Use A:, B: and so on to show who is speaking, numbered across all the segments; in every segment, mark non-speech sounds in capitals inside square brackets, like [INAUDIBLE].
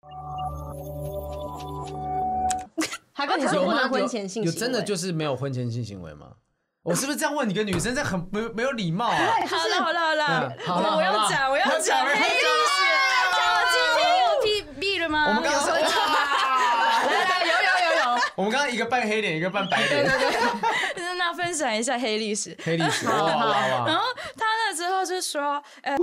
A: 啊他跟你说
B: [LAUGHS] 有
A: 不
B: 吗？
A: 能
B: 有
A: 婚前性行为，
B: 有真的就是没有婚前性行为吗？我是不是这样问你个女生，这很没没有礼
A: [LAUGHS]
B: 貌啊？
A: 哎
C: 好了好了好了
B: 嗯，好了
C: 我要讲，
B: 好
C: 我
B: 了
C: 要讲，
B: 要讲
C: 没意思。我今天有 P B 了吗？
B: 我们刚刚说，哇
C: 来来
A: [LAUGHS]
C: 有有有有，
B: 我们刚刚一个半黑脸，一个半白脸，
C: 那那分享一下黑历史。
B: 黑历史，哇哇
C: 然
B: 哇！
C: 后他那之后就说，呃，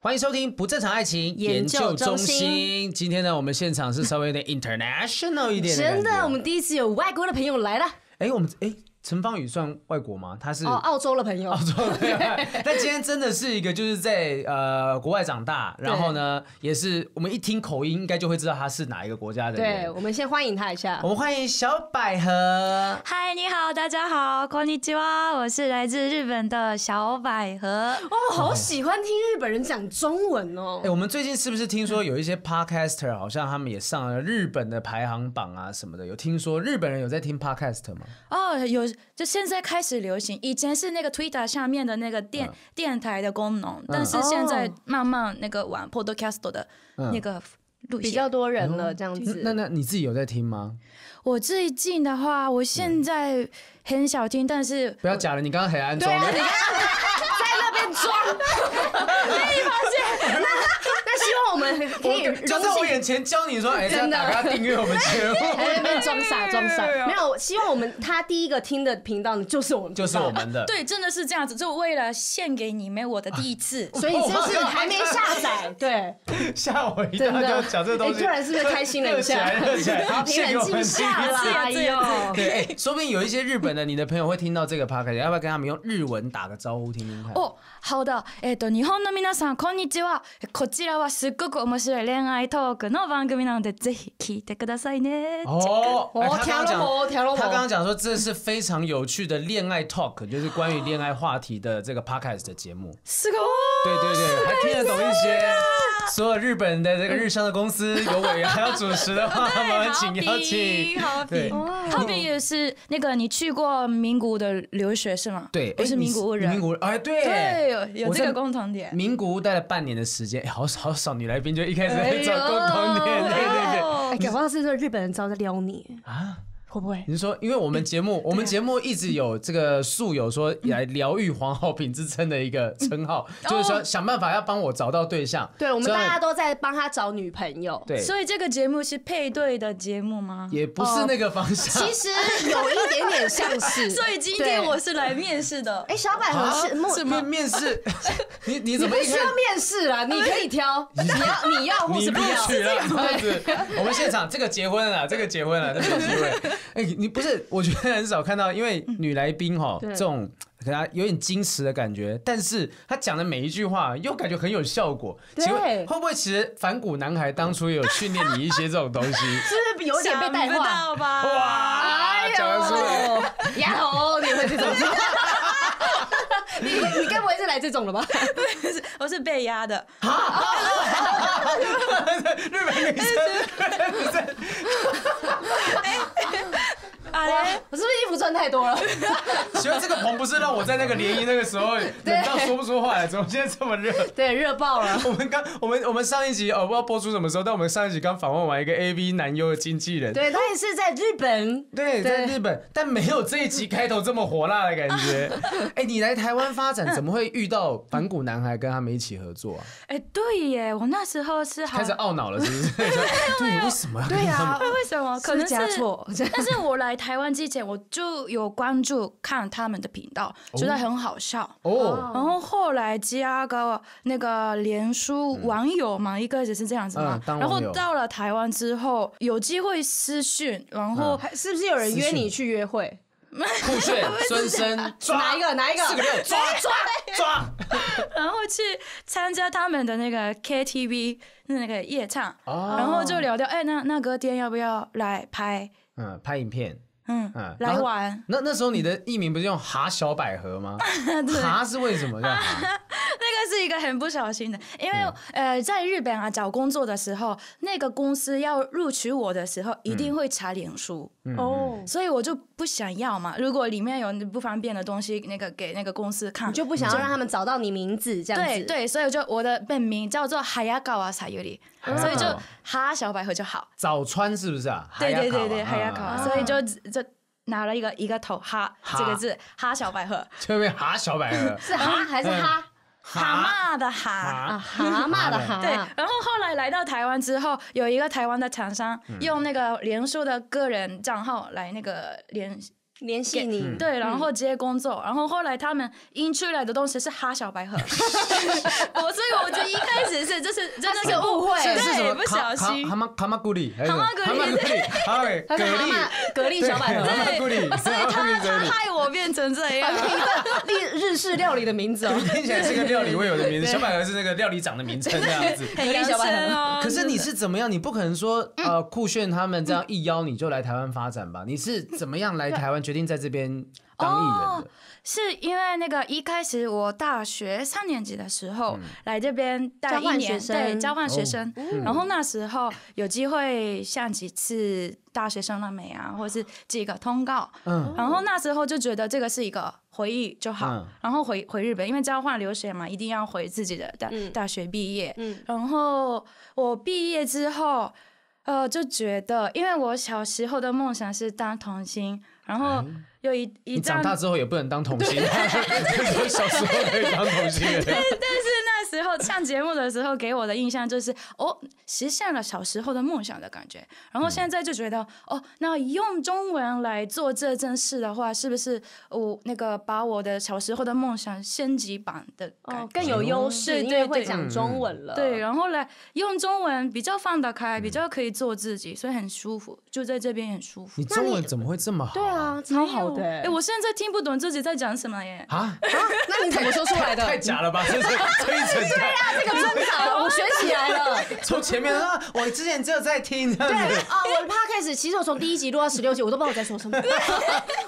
B: 欢迎收听不正常爱情
A: 研究中心
B: 心。今天呢，我们现场是稍微有点 international 一点的感觉，
A: 真的，我们第一次有外国的朋友来了，
B: 哎，我们哎，陈芳宇算外国吗？他是
A: 哦，澳洲的朋友，
B: 对， [LAUGHS] 但今天真的是一个就是在呃国外长大，然后呢，也是我们一听口音应该就会知道他是哪一个国家的
A: 对，
B: 人。
A: 我们先欢迎他一下
B: 我。们欢迎小百合。
C: 嗨，你好，大家好，こんにちは，我是来自日本的小百合。
A: 哦，我好喜欢听日本人讲中文哦
B: 哎、。我们最近是不是听说有一些 podcaster 好像他们也上了日本的排行榜啊什么的？有听说日本人有在听 podcast 吗？
C: 哦，有，就现在开始流行，以前是那个 Twitter 下面的那个电、
B: 嗯
C: 电台的功能，但是现在慢慢那个往 Podcast 的
B: 嗯
C: 那个路
A: 比
C: 线。
A: 较多人了，这样子。
B: 哦那那你自己有在听吗？
C: 我最近的话，我现在很少听，但是
B: 不要假了，你刚刚很安装的。
A: 那边装，被你发哎现。那那希望我们可以
B: 我就在我眼前教你说，哎、这
A: 真
B: 样
A: 的
B: 大家订阅我们节
A: [LAUGHS]
B: 目，
A: 在那边哎装傻装傻，没有。希望我们他第一个听的频道呢，就是我们，
B: 就是我。们的。
C: 对，真的是这样子，就为了献给你们我的第一次。
A: 所以就是
B: 哦
A: 还没下载，对，
B: [LAUGHS] 吓我一
A: 真
B: 跳，
A: 的。
B: 就讲这东西。
A: 哎突然是不是开心了一下？
B: 热起来，热起来
A: [LAUGHS] 好，平
B: 献给
A: 人
B: 我
A: 静
B: 们
A: 下
B: 自己
A: 啦，哎
C: 自己
A: 呦，
B: 对，哎、说不定有一些日本的你的朋友会听到这个 podcast，要不要跟他们用日文打个招呼听听看？
A: 哦
C: お、好だ。えっ、と日本の皆さんこんにちは。こちらはすっごく面白い恋愛トークの番組なのでぜひ聞いてくださいね。
B: 哦，哎
A: 哦
B: 他刚刚
A: 调了哦调了哦
B: 讲，他刚刚讲说这是非常有趣的恋
A: [LAUGHS]
B: 爱 talk，就是关于恋爱话题的这个 podcast 的节
A: 哦
B: 目。
C: すごい。
B: 对对
A: 啊
B: 对，还听得懂一些。所有日本的这个日商的公司有委员还要主持的
A: [LAUGHS]
B: 话，我们请邀请。
C: 好
B: 对
C: 比好比也是那个你去过名古的留学是吗？
B: 对，
C: 我
B: 哎
C: 是
B: 你
C: 名古屋人。
B: 名古屋哎，对，
C: 对，有有
B: 我
C: 这
B: 在
C: 个共同点。
B: 名古屋待了半年的时间，哎，好少好少女来宾就一开始
C: 哎
B: 在
C: 呦
B: 找共同点，对对对。
A: 哎，搞不好是这日本人招在撩你，
B: 哦啊，
A: 会不会？
B: 你是说，因为我们节
A: 哎
B: 目，
A: 啊
B: 我们节目一直有这个素有说
A: [LAUGHS]
B: 来疗愈黄浩平之称的一个称号，就是说想办法要帮我找到对象。
A: 嗯哦对，我们
B: 这样
A: 大家都在帮他找女朋友。
B: 对，
C: 所以这个节目是配对的节目吗？
B: 也不是那个方向。
A: 哦其实有一点点像是。
C: [LAUGHS] 所以今天
A: 对
C: 我是来面试的。
A: 哎，小百合是
B: 啊面面试， [LAUGHS] 你你怎么
A: 不
B: 一
A: 需
B: 开
A: 要面试啦，你可以挑，你要你要或
B: 你
A: 哦是不
B: 录
A: 要。
B: 取了，这样子。我们现场这个结婚了啦，这个结婚了，这没机会。哎、你不是，我觉得很少看到，因为女来宾哈，
A: 嗯对
B: 这种可能有点矜持的感觉，但是她讲的每一句话又感觉很有效果。
A: 对
B: 请问会不会其实反骨男孩当初也有训练你一些这种东西？ [LAUGHS]
A: 是不是有点被带
C: 想不
A: 坏？哎
C: 到吧？
B: 哇，啊讲得出来。
A: 呦，丫头，你会这种？你 [LAUGHS] 你该不会是来这种了吧？
C: [LAUGHS] 我是被压的，
B: 日本女生，
A: 哎
B: 日本女生，
C: 啊嘞，
A: 我是不是衣服穿太多了？
B: 请问这个棚不是让我在那个联谊那个时候冷到说不出话来，怎么现在这么热？
A: 对，热爆了。
B: 我们刚我们我们上一集哦，不知道播出什么时候，但我们上一集刚访问完一个 AV 男优的经纪人，
A: 对他也是在日本，
B: 对，在日本，但没有这一集开头这么火辣的感
A: [LAUGHS]
B: 觉。哎，你来台湾发展，怎么会遇到反骨男孩跟他们一起合作啊？
C: 哎，对耶，我那时候是好
B: 开始懊恼了，
A: [LAUGHS]
B: 是不是？对，为什么要跟他们？
C: 啊为什么？可
A: 是
C: 能
A: 加错
C: [LAUGHS] 但是我来台湾之前，我就有关注看他们的频道，觉得很好笑。
B: 哦，
A: 嗯
C: 然后后来加个那个脸书网友嘛，一开始是这样子嘛
B: 嗯。当
C: 然后
B: 网友
C: 到了台湾之后，有机会私讯，然后
A: 还是不是有人约你去约会？
B: 酷
A: [LAUGHS]
B: 炫、孙生，抓
A: 哪一个？哪一个？
B: 四个六，
A: [LAUGHS]
B: 抓抓抓！
C: 然后去参加他们的那个 KTV 那个夜唱，
B: 哦
C: 然后就聊到，哎，那那隔天要不要来拍？
B: 嗯，拍影片。
C: 嗯，
B: 嗯然
C: 来
B: 后
C: 玩。 [LAUGHS]
A: [LAUGHS]
B: 那那时候你的艺名不是用“哈小百合”吗？哈是为什么叫哈？
C: 那个是一个很不小心的，因为、
B: 嗯
C: 呃，在日本啊找工作的时候，那个公司要录取我的时候，一
B: 嗯
C: 定会查脸书，
A: 哦，
C: 所以我就不想要嘛。如果里面有不方便的东西，那个给那个公司看，
A: 你就不想要让他们找到你名字这样子。
C: 对对，所以我就我的本名叫做海牙高啊萨尤里，所以就哈小百合就好。
B: 早川是不是啊？
C: 对对对对，
B: 还
C: 海牙
B: 要
C: 高
B: 考
C: 啊，
B: 啊，
C: 所
B: [LAUGHS]
C: 以就就拿了一个一个头哈
B: 哈
C: 这个字哈小百合，
B: 就被哈小百
C: [LAUGHS]
B: 合
A: 是哈还是
C: 嗯
A: 哈
C: 蛤蟆的蛤。
A: 啊
B: 哈
A: 蛤蟆
B: [LAUGHS]
A: 的蛤？
C: 对，然后后来来到台湾之后，有一个台湾的厂商用那个脸书的个人账号来那个联
A: 联系
B: 嗯
A: 你。
C: 对，然后接工作，然后后来他们印出来的东西是哈小白盒，我所以我就一开始是就是真的是误会，
B: 是是什
C: 对，
B: 么？
C: 不小心
B: 蛤。蛤蛤蟆蛤蟆咕里还是什么？蛤
C: 蛤蟆咕
B: 蟆咕里，蛤蟆蛤
C: [LAUGHS]
A: 它是蛤
B: 蜊
A: 蟆蛤蜊小百合
B: 对，蛤蟆
C: 对
B: 咕里，
C: 所以
B: 蛤
C: 他
B: 蟆
C: 他
B: 蛤蜊
C: 害我变成这样，
A: [LAUGHS] 日日式料理的名字哦。
B: 听起来是个料理味有的
C: [LAUGHS]
B: 名字，小百合是那个料理长的名称这样子。
C: 很
A: 蜊
C: 养
A: 小百合
C: 生哦。
B: 可是你是怎么样？你不可能说
C: 嗯
B: 呃酷炫他们这样一邀你就来台湾发展吧？你是怎么样来台湾决定在这边当艺
C: 哦
B: 人的？
C: 是因为那个一开始我大学三年级的时候、
B: 嗯
C: 来这边带一
A: 交换
C: 年，
A: 学生哦
C: 对交换学生、然后那时候有机会上几次大学生了没啊，或是寄个通告，
B: 嗯
C: 然后那时候就觉得这个是一个回忆就好，
B: 嗯
C: 然后回回日本，因为交换留学嘛，一定要回自己的大、
A: 嗯
C: 大学毕业，
A: 嗯
C: 然后我毕业之后，呃，就觉得，因为我小时候的梦想是当童星，然后有一一
B: 哎你长
C: 张，
B: 大
C: 但
B: 之后也不能当童
C: [LAUGHS]
B: 星，我 [LAUGHS] 小时候可以当童星的。
C: 是那时候上节目的时候给我的印象就是，哦，实现了小时候的梦想的感觉。然后现在就觉得，哦，那用中文来做这件事的话，是不是我那个把我的小时候的梦想升级版的感觉？
A: 哦，更有优势，
C: 对
A: 因为
C: 对
A: 会
C: 对
A: 讲中文了。
C: 对，，然后来用中文比较放得开，比较可以做自己，所以很舒服，就在这边很舒服
B: 你。中文怎么会这么好？
A: 对啊，超好的欸。
C: 哎，我现在听不懂自己在讲什么耶。
B: 啊，
A: 那你怎么说出来的？
B: [LAUGHS] 太假了吧！
A: [LAUGHS]
B: 这是
A: 啊
B: 这一整段，
A: 这个中场我学起来了。
B: [LAUGHS] 从前面啊，我之前只有在听这样
A: 对
B: 子，
A: 啊，我的 podcast 其实我从第一集录到十六集，我都不知道我在说 [LAUGHS] 什么，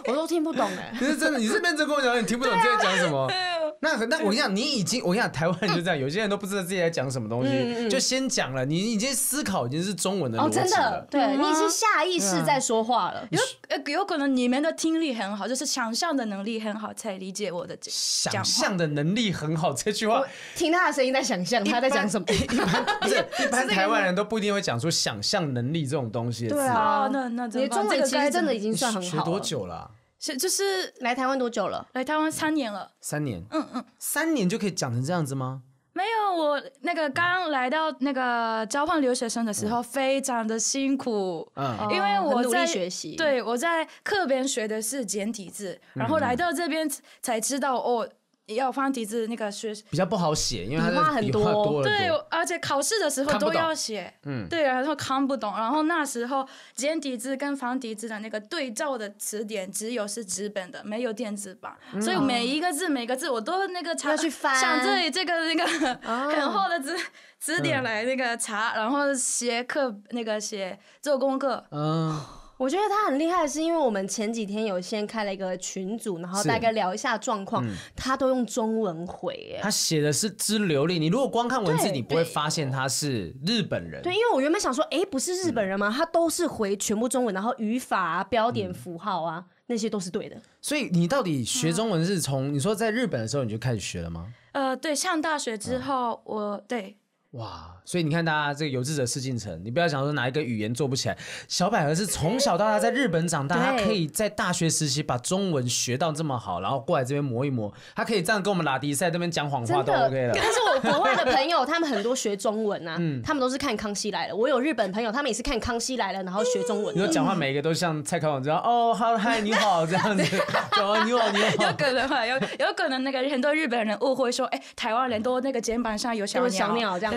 A: 我都听不懂哎。
B: [LAUGHS] 你是真的，你是认真跟我讲，你听不懂你在讲什么。
A: 啊
B: 那那我跟你讲，你已经我跟你讲，台湾人就这样，有些人都不知道自己在讲什么东西，就先讲了，你已经思考已经是中文的
A: 嗯哦，
B: 逻
A: 真
B: 辑
A: 的
B: 了，。
A: 对你已经下意识在说话了。
C: 有呃有可能你们的听力很好，就是想象的能力很好，才理解我的讲
B: 想
C: 讲话。
B: 象的能力很好， [LAUGHS] 这句话
A: 听他的声音在想象他在讲什么。 [LAUGHS]
B: 不是一般台湾人都不一定会讲出想象能力这种东西的字。
A: 对啊
C: [LAUGHS] 哦，那那怎
A: 你
C: 么
A: 的
C: 办？
A: 中
C: 这
A: 文
C: 个
A: 其
C: 该
A: 实
C: 怎
A: 真
C: 么
A: 的已经算很
B: 学
A: 好了。
B: 多？久了啊？
C: 是就是
A: 来台湾多久了？
C: 来台湾三年了。
B: 三年，
C: 嗯嗯，
B: 三年就可以讲成这样子吗？
C: 没有我那个刚来到那个交换留学生的时候，非常的辛苦。
B: 嗯，
C: 因为
A: 哦很
C: 我
A: 努
C: 在
A: 力学习，，
C: 对，我在课边学的是简体字，然后来到这边才知道哦，要繁体字那个学。
B: 比较不好写，因为它
A: 笔画
B: 的
A: 很
B: 笔画
A: 多
B: 多了
C: 对
B: 多。，
C: 而且考试的时候
B: 看不
C: 都
B: 懂
C: 要写，
B: 嗯
C: 对，然后看不懂。然后那时候简体字跟繁体字的那个对照的词典只有是纸本的，没有电子版，所以每一个字每个字我都那个查
A: 要去翻
C: 像这里这个那个
A: 哦
C: [LAUGHS] 很厚的字词典来那个查，然后写课那个写做功课，
B: 嗯，
A: 我觉得他很厉害，是因为我们前几天有先开了一个群组，然后
B: 是嗯
A: 大概聊一下状况，他都用中文回，哎，
B: 他写的是之流利，你如果光看文字，
A: 对
B: 你不会发现他是日本人。
A: 对，因为我原本想说，哎，不是日本人吗？他都是回全部中文，然后语法啊、标
B: 嗯
A: 点符号啊，那些都是对的。
B: 所以你到底学中文是从你说在日本的时候你就开始学了吗？
C: 呃，对，上大学之后，我对
B: 哇！所以你看，大家这个有志者事竟成，你不要想说哪一个语言做不起来。小百合是从小到大在日本长大，她
A: 对
B: 可以在大学时期把中文学到这么好，然后过来这边磨一磨，她可以这样跟我们拉迪赛这边讲谎话
A: 真
B: 都
A: 的，
B: [LAUGHS] OK 了。
A: 但是我国外的朋友，他们很多学中文啊，
B: 嗯
A: 他们都是看《康熙来了》。我有日本朋友，他们也是看《康熙来了》，然后学中文
B: 你说
A: 的。
B: 讲话每一个都像蔡康永这样，哦，hello hi 你好这样子，
A: [LAUGHS]
B: 讲完你好你
C: 有
B: 好，
C: 可能啊，有有可能那个很多日本人误会说，哎，台湾人都那个肩膀上有小
A: 有
C: 鸟，
A: 小鸟这样
B: [LAUGHS]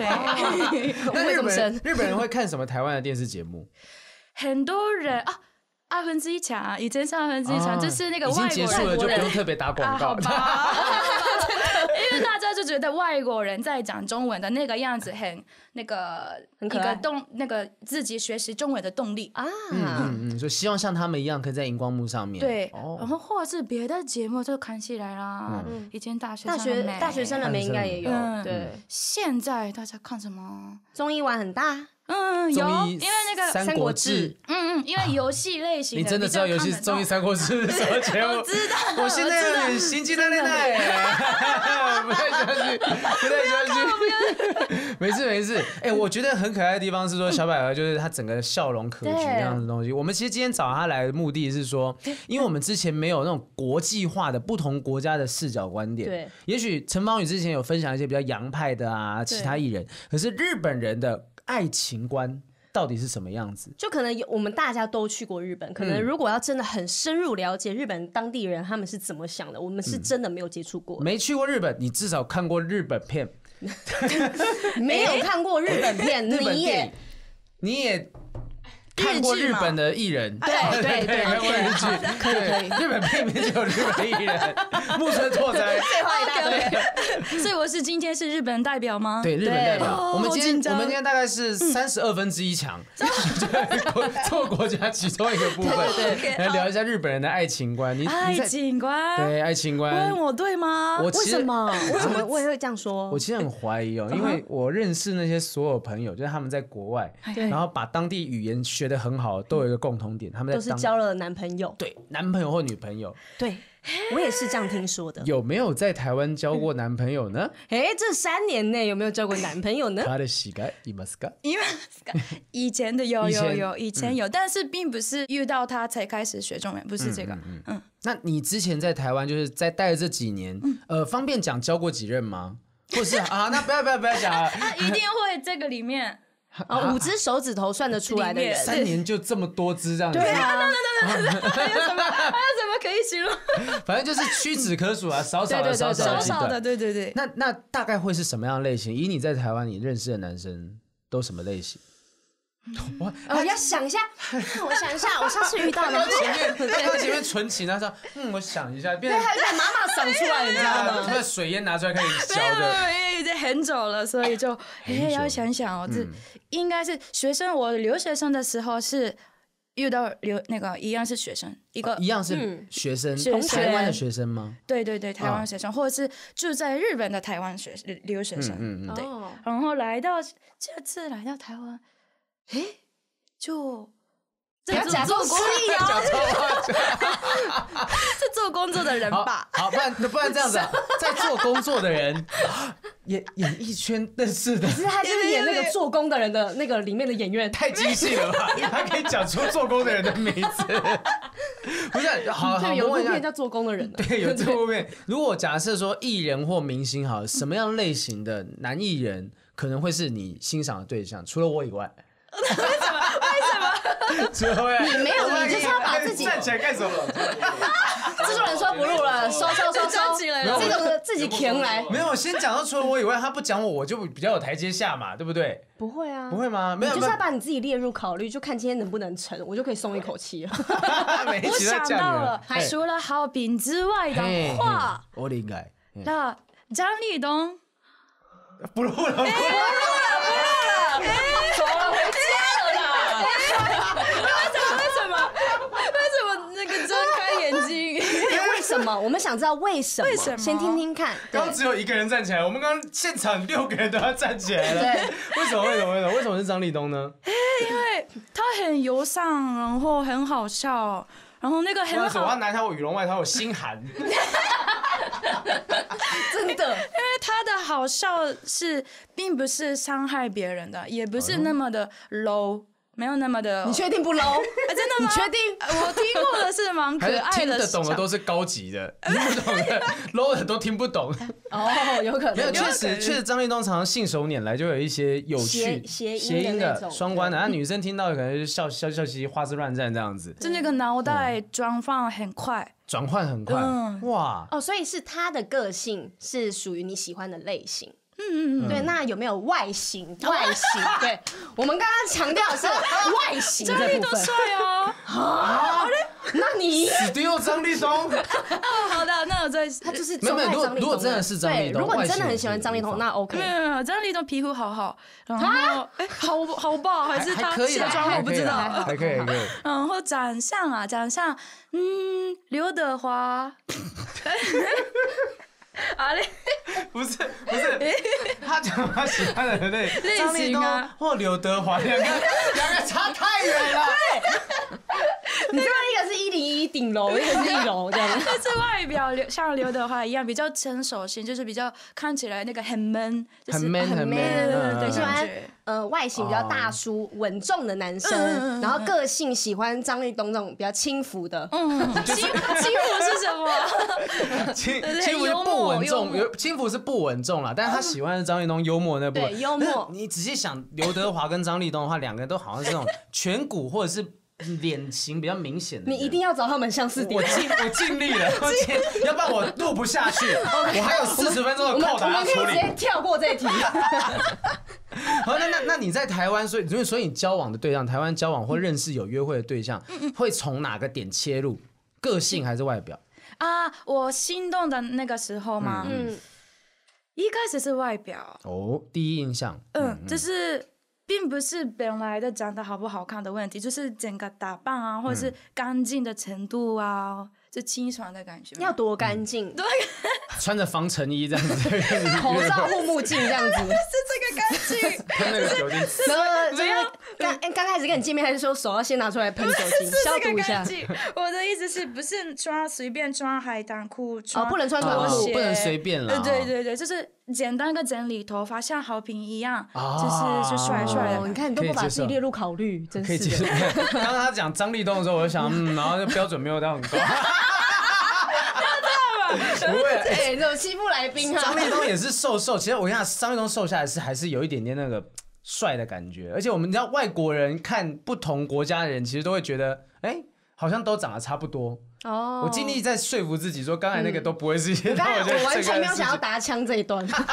C: 对，
A: 哦
B: 那
A: 会
B: 日
A: 这么
B: 本人
A: 深？
B: 日本人会看什么台湾的电视节
C: [LAUGHS]
B: 目？
C: 很多人啊，二分之一强，啊以前是二分之一强，
B: 啊
C: 就是那个
B: 嗯已
C: 外
B: 经
C: 国
B: 结
C: 人
B: 束了，就不用特别打
C: 啊，
B: 广告
C: 好
B: 了。
C: [LAUGHS] 吧，因为大家就觉得外国人在讲中文的那个样子很那个
A: 很
C: 一
A: 可爱
C: 个动那个自己学习中文的动力。
A: 啊，
B: 嗯嗯，就希望像他们一样，可以在荧光幕上面。
C: 对，然
B: 哦，嗯
C: 后或者是别的节目就看起来啦，以前大学
A: 大学大学生
C: 了
A: 了
C: 没，
A: 没应该也有
C: 嗯
A: 对，
C: 现在大家看什么？
A: 综艺玩很大，
C: 嗯，有，
B: 综艺
C: 因为那个
B: 三
A: 三
B: 国
A: 国
B: 志啊
A: 志》，
C: 嗯嗯，因为游戏类型
B: 你真的知道游戏《综艺
C: 三？
B: 三国志》是什么节目？
C: 哦我知道，
B: 我现在有点心惊胆战的， [LAUGHS] 不太相信，不太相信。 [LAUGHS] 没事没事，哎、我觉得很可爱的地方是说，小百合就是她整个笑容可掬
A: 对
B: 那样子的东西。我们其实今天找她来的目的是说，因为我们之前没有那种国际化的不同国家的视角观点。
A: 对，
B: 也许陈芳宇之前有分享一些比较洋派的啊，其他艺人，可是日本人的爱情观到底是什么样子？
A: 就可能有我们大家都去过日本，可
B: 嗯
A: 能如果要真的很深入了解日本当地人他们是怎么想的，我们是
B: 嗯
A: 真的没有接触过，
B: 没去过日本，你至少看过日本片。
A: 没有看过日
B: [LAUGHS]
A: 本片，
B: 嗯日本
A: 你
B: 电影
A: 也，
B: 你也看过日本的艺人，
A: 对对对
B: 看过日剧，可以可以。日本片里面就有日本艺人， [LAUGHS] 木村拓哉，
A: 废话一大堆，
C: 哦 [LAUGHS] 所以我是今天是日本代表吗？
B: 对日本代表。
C: 哦
B: 我们
C: 好
B: 今
C: 紧
B: 天
C: 张
B: 我们今天大概是三十二分之一强，对国 [LAUGHS] 做国家其中一个部分
C: 对对，
B: 来聊一下日本人的爱情观。你
C: 爱
B: 你在
C: 警官，
B: 对爱情观
C: 问，我对吗？
B: 我
A: 为
B: 其
A: 什
B: 实。
A: 么？为什么我也会这样说
B: 我？其实很
A: [LAUGHS]
B: 怀疑哦，
A: 嗯
B: 因为我认识那些所有朋友，就是他们在国外，
A: 对
B: 然后把当地语言学得很好，都有一个共同点，他们
A: 都
B: 在
A: 是
B: 当
A: 交了男朋友，
B: 对男朋友或女朋友
A: 对我也是这样听说的。
B: 有没有在台湾交过男朋友呢？
A: 哎，这三年内有没有交过男朋友
B: [LAUGHS]
A: 呢？
B: 他的膝盖いますか？[LAUGHS]
C: 因为以前的有
B: 以
C: 有
B: 前嗯
C: 有，以前有，但是并不是遇到他才开始学中文，不是这个。
B: 嗯
A: 嗯
B: 那你之前在台湾就是在待的这几年，呃，方便讲交过几任
A: [LAUGHS]
B: 吗？或是啊，那不要不要不要讲了，
C: 啊，一定会这个里面，
B: 嗯
A: 啊，五只手指头算得出来的人
B: [LAUGHS]
C: 里面
B: 三年就这么多只这样子，
A: 对啊，
C: 还有什么可以形容？
B: 反正就是屈指可数啊，少少的
A: 对对对
B: 少
A: 对
B: 的
C: 少
B: 几
C: 少的，
B: 段。
C: 对对对。
B: 那那大概会是什么样的类型？以你在台湾你认识的男生都什么类型？哇，
A: 我哦要想一下，
B: [LAUGHS]
A: 我想一下，我上次遇到
B: 他
A: 的
B: [LAUGHS] 刚前面他刚前面纯情，他说嗯，我想一下，变成
A: 还有点妈妈嗓出来，你知道
B: 啊
A: 吗？啊
B: 他把水烟拿出来开始嚼
C: 没有没有，
B: 的。
C: 因为已经很久了，所以就
B: 久
C: 哎
B: 嗯
C: 要想想哦，这应该是学生。我留学生的时候是遇到留那个一样是学生，一个
B: 哦一样
A: 嗯
B: 是学生，
C: 学生
B: 台湾的学生吗？
C: 对对对台湾学生，或者是住在日本的台湾学留留学生，
B: 哦嗯嗯，
C: 对
A: 哦
C: 然后来到这次来到台湾，哎，就这
A: 不要假装失忆哦，
B: 讲错话讲
C: 是做工作的人
B: 好
C: 吧？
B: 好，不然不然这样子
A: [LAUGHS]
B: 啊，在做工作的人，演演艺圈认识的
A: 其实他就是演那个做工的人的那个里面的演员，
B: 太精细了吧？ [LAUGHS] 他可以讲出做工的人的名字， [LAUGHS] 不是？好呃好，
A: 对，有
B: 我
A: 部
B: 问
A: 片
B: 一
A: 叫
B: 下。
A: 《做工的人》的，
B: 对，有这部片。如果假设说艺人或明星好了，什么样类型的男艺人可能会是你欣赏的对象？除了我以外，为什么？为什么？ [LAUGHS] 除了
A: 你没有你就是要把自
B: [LAUGHS]
A: 己
B: 站起来干什么？
A: 制作人说不录了，收收收收
C: 站起来
B: 了
A: 这种自己填来，
B: 没有，先讲到除了我以外，他不讲我，我就比较有台阶下嘛，对不对？
A: 不会啊，
B: 不会吗？没有，
A: 你就是要
B: 没
A: 把你自己列入考虑，就看今天能不能成，我就可以松一口
B: [LAUGHS]
A: 气了。
B: 有每一
C: 我
B: 集都
C: 想
B: 叫
C: 到
B: 你
C: 了，
B: 嘿
C: 除了好饼之外
B: 嘿
C: 的话，
B: 嘿我理解。嘿
C: 那张立东。
B: 不录了，不
A: 哎
B: 录了。
C: 为什么？为什么那个睁开眼睛？
A: [LAUGHS] 为什么？我们想知道为什么？
C: 为什么
A: 先听听看。
B: 刚刚只有一个人站起来，我们刚刚现场六个人都要站起来了。
A: 对
B: 为什么？为什么？为什么？为什么是张立东呢？
C: 对，他很忧伤，然后很好笑，然后那个
B: 我
C: [LAUGHS] 很
B: 手
C: 好，
B: 要
C: 因
B: 拿下我羽绒外套，我心
C: [LAUGHS]
B: 寒。
A: 真的，
C: 为他的好笑是并不是伤害别人的，也
B: 哦
C: 不是那么的 low，没有那么的。
A: 你确定不
B: [LAUGHS]
A: low？
C: 啊真的
A: 你
C: 吗？
A: 确定？
C: 呃我听过的是蛮可
B: 还是
C: 爱
B: 听
C: 的
B: 得
C: 小，
B: 懂的都是高级
C: [LAUGHS]
B: 的，听不懂的 low 的都听不懂。
A: 哦，有可
B: 没有，
A: 能。
B: 确实，确实，张立东常常信手拈来，就有一些有趣
A: 谐谐音的
B: 谐音
A: 那种
B: 双关的，那女生听到可能就笑笑笑嘻嘻，花枝乱颤这样子，
C: 就那个脑袋转换很快，
B: 转换很快，
C: 嗯
B: 哇！
A: 哦，所以是他的个性是属于你喜欢的类型。嗯嗯嗯，对，那有没有外
C: [LAUGHS]
A: 形？外形，对我们刚刚强调的是外形
C: 张力
A: 这部
C: 都
A: 分
C: 帅哦， [LAUGHS]
B: 啊，
A: 那你
B: 死丢张立东，
C: 好的，那我再
A: 他就是
B: 没
A: 钟
B: 有没
A: 爱
B: 有如果
A: 张立
B: 如果
A: 东
B: 真
A: 啊
B: 的是张
A: 对
B: 立东
A: 如果
B: 外
A: 你真的
B: 形
A: 很
B: 是
A: 喜欢张立
B: 无
A: 东，
B: 法
A: 那
C: 没 [LAUGHS]
A: OK。
C: 有没有，张立东皮肤好好，然后哎、好好不好？还是
B: 啊还
C: [LAUGHS] 他
B: 可以啦
C: 卸妆？我不知
A: 还
C: 道。
A: 好
B: 还可以啦还可以还可以。
C: 然后长相啊，长相，嗯，刘德
B: [LAUGHS]
C: 华。啊嘞，
B: [LAUGHS] 不是不
C: [LAUGHS]
B: 是，他讲他喜欢的类
C: 类
B: 张立
C: 型
B: 东
C: 啊
B: 或刘德华两个两个差太远了。
A: 你知道一个是一零一顶楼，一个是一楼这
C: [LAUGHS]
A: 样。
C: [LAUGHS] 但是外表刘像刘德华一样，比较成熟型，就是比较看起来那个很闷，就是
B: 很 man，很 man，
C: 对对
B: 嗯
C: 对对，
A: 喜
C: 感
A: 欢
C: 觉嗯
A: 呃外形比较
B: 哦
A: 大叔、稳重的男生，然后个性喜欢张立东这种比较轻浮的。
B: [LAUGHS]
C: 嗯，轻轻浮是什么？ [LAUGHS]
B: 轻
C: 对
B: 轻浮是
C: 幽
B: 不
C: 默
B: 稳
C: 幽
B: 重，
C: 默
B: 有轻浮是不稳重啦，但是他喜欢的张立东幽默那部分。
A: 嗯对幽默
B: 但是你仔细想，刘德华跟张立东的话，两个人都好像是那
A: [LAUGHS]
B: 种颧骨或者是脸型比较明显的
A: 你
B: 人。
A: 一定要找他们相似
B: 我
A: 点。
B: 尽我尽力了，我
A: [LAUGHS]
B: 尽，要不然我录不下去，我还有四十分钟
A: 我
B: 的
A: 们
B: 扣
A: 我
B: 打要
A: 们可
B: 处
A: 以直
B: 理。
A: 接跳过
B: [LAUGHS]
A: 这一题。
B: 好，那那那你在台湾，所以所以所以你交往的对象，台湾交往或认识有约会的对
A: 嗯
B: 象，会从哪个点切入？个性还是外表？
C: 啊，我心动的那个时候嘛，
A: 嗯，
C: 一开始是外表，
B: 哦，第一印象，
C: 嗯，就是并不是本来的长得好不好看的问题，就是整个打扮啊，或者是干净的程度啊，就清爽的感觉嘛。
A: 要多干净，
B: 穿着防尘衣这样子，
A: 口罩、护目镜这样 [LAUGHS] 子。
C: 是
A: [LAUGHS]
C: 这个干净，
B: 喷那个酒 [LAUGHS] 精。
A: 然后就是刚哎刚开始跟你见面，还是说手要先拿出来 [LAUGHS] 喷酒精，消
C: 是这
A: 毒
C: 个
A: 一下
C: 干。净。我的意思是不是穿随便穿海胆裤
A: 哦
C: 穿，
A: 不能穿短
C: 拖
A: 裤
C: 鞋，
B: 不能随便啦
C: 呃对对对，就是简单个整理头发，像好评一样，就是就帅啊帅
A: 哦，
C: 的
A: 你
C: 感觉。
A: 看你都
B: 可以
A: 不把
B: 接
A: 自己
B: 受
A: 列入考虑，真
B: 可以接
A: 是
B: 受。
A: 的。
B: 刚刚他讲张立东的时候，我就想， [LAUGHS] 嗯，然后就标准没有到很高。不会啊，
A: 哎，这种欺负来宾啊
B: 张！立东也是瘦瘦，其实我跟你讲，张立东瘦下来是还是有一点点那个帅的感觉，而且我们知道外国人看不同国家的人，其实都会觉得，哎、好像都长得差不多。
A: 哦
B: 我尽力在说服自己说，刚才那个 [LAUGHS] 都不会是一些
A: 我刚
B: 让
A: 才
B: 觉得这个事情。
A: 我完全没有想要打枪这一段，啊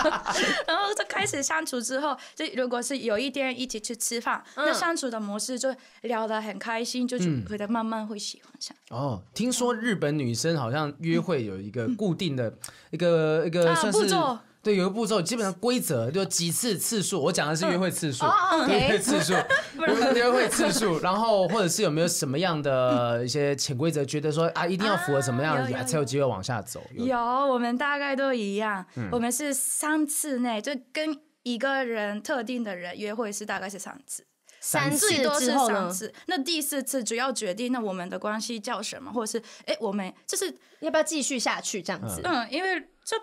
C: 然后就开始相处之后，就如果是有一天一起去吃饭，
A: 嗯
C: 那相处的模式就聊得很开心，就觉得慢慢会喜欢上。
B: 哦，听说日本女生好像约会有一个固
A: 嗯
B: 定的、一个一个
C: 啊
B: 算是、
C: 步骤
B: 对，有一个步骤，基本上规则就几次次数。我讲的是约会次数，
A: 哦，OK
B: 约会
A: [LAUGHS]
B: 次数，约约会次数，然后或者是有没有什么样的一些潜规则，觉得说啊，一定要符合什么样
C: 啊有有
B: 的
C: 有
B: 才有机会往下走？有
C: 有，我们大概都一样，我们是三次内就跟一个人特定的人约会是大概是三次，
A: 三次
C: 最多是
A: 之后
C: 三
A: 呢，
C: 次。那第四次主要决定那我们的关系叫什么，或者是哎、我们就是
A: 要不要继续下去这样子？
C: 嗯，因为这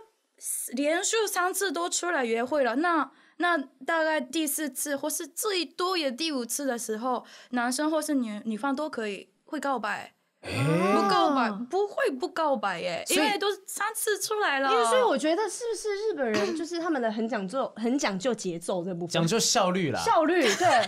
C: 连续三次都出来约会了，那那大概第四次或是最多也第五次的时候，男生或是女女方都可以会告
B: 哎
C: 白，不告白
A: 哦
C: 不会不告白耶，因
B: 所以
C: 为都三次出来了，
A: 因为所以我觉得是不是日本人就是他们的很讲究、很讲究节奏这部
B: 讲
A: 分。
B: 究效率啦，
A: [LAUGHS] 效率对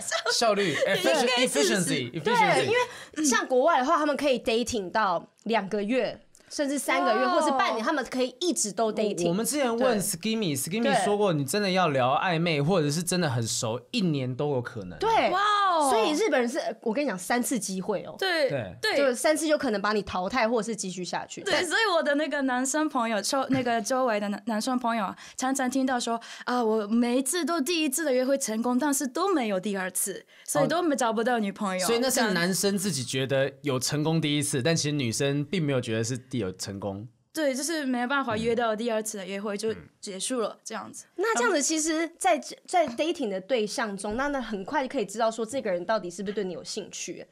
A: [LAUGHS]
B: 效率
C: 该是
B: ，efficiency，efficiency，
A: 对，因为像国外的话，他们可以 dating 到两个月，甚至三个月，
C: 哇
A: 或是半年，他们可以一直都
B: 我
A: dating。
B: 们之前问 Skimmy，Skimmy
A: 对
B: 说过，你真的要聊暧昧，或者是真的很熟，一年都有可能。
A: 对，
C: 哇哦，
A: 所以日本人是我跟你讲三次机会哦，
C: 对
B: 对
C: 对
A: 就三次有可能把你淘汰，或是继续下去。
C: 对，所以我的那个男生朋友，周
B: [LAUGHS]
C: 那个周围的男男生朋友，啊，常常听到说啊，我每一次都第一次的约会成功，但是都没有第二次，所以都没找不到女朋友。
B: 哦所以那
C: 这
B: 是
C: 样
B: 男生自己觉得有成功第一次，但其实女生并没有觉得是第有成功。
C: 对，就是没办法约到第二次的约会就结束了，这样子。
A: 那这样子，其实在，在 dating 的对象中，那那很快就可以知道说这个人到底是不是对你有兴趣。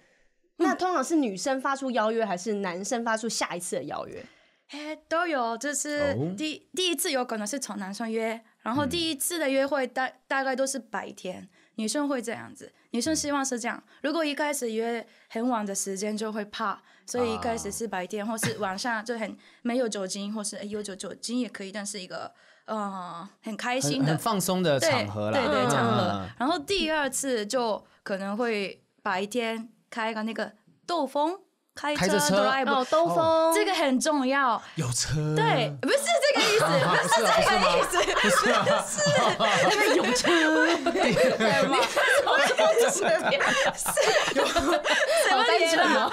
C: 嗯
A: 那通常是女生发出邀约，还是男生发出下一次的邀约？
C: 哎，都有，就是
B: 哦
C: 第、第一次有可能是从男生约，然后第一次的约会大大概都是白天，女生会这样子，女生希望是这样。如果一开始约很晚的时间就会怕，所以一开始是白天、或是晚上就很没有酒精，或是哎有酒酒精也可以，但是一个呃很开心
B: 很
C: 的
B: 很放松的
C: 对
B: 场合啦，
C: 对对
B: 嗯
C: 场
B: 嗯
C: 合
B: 嗯。
C: 然后第二次就可能会白天开个那个兜风，开
B: 开着车嗯
C: 都爱不。
A: 哦，兜风、
C: 这个很重要，
B: 有车，
C: 对，，不是这个意思，
B: 啊
C: 不是这个意思，
B: 不 [LAUGHS] 是吗？
A: 那个泳车，
C: 对吗？ [LAUGHS]
D: 好单纯
A: [LAUGHS]
D: 哦。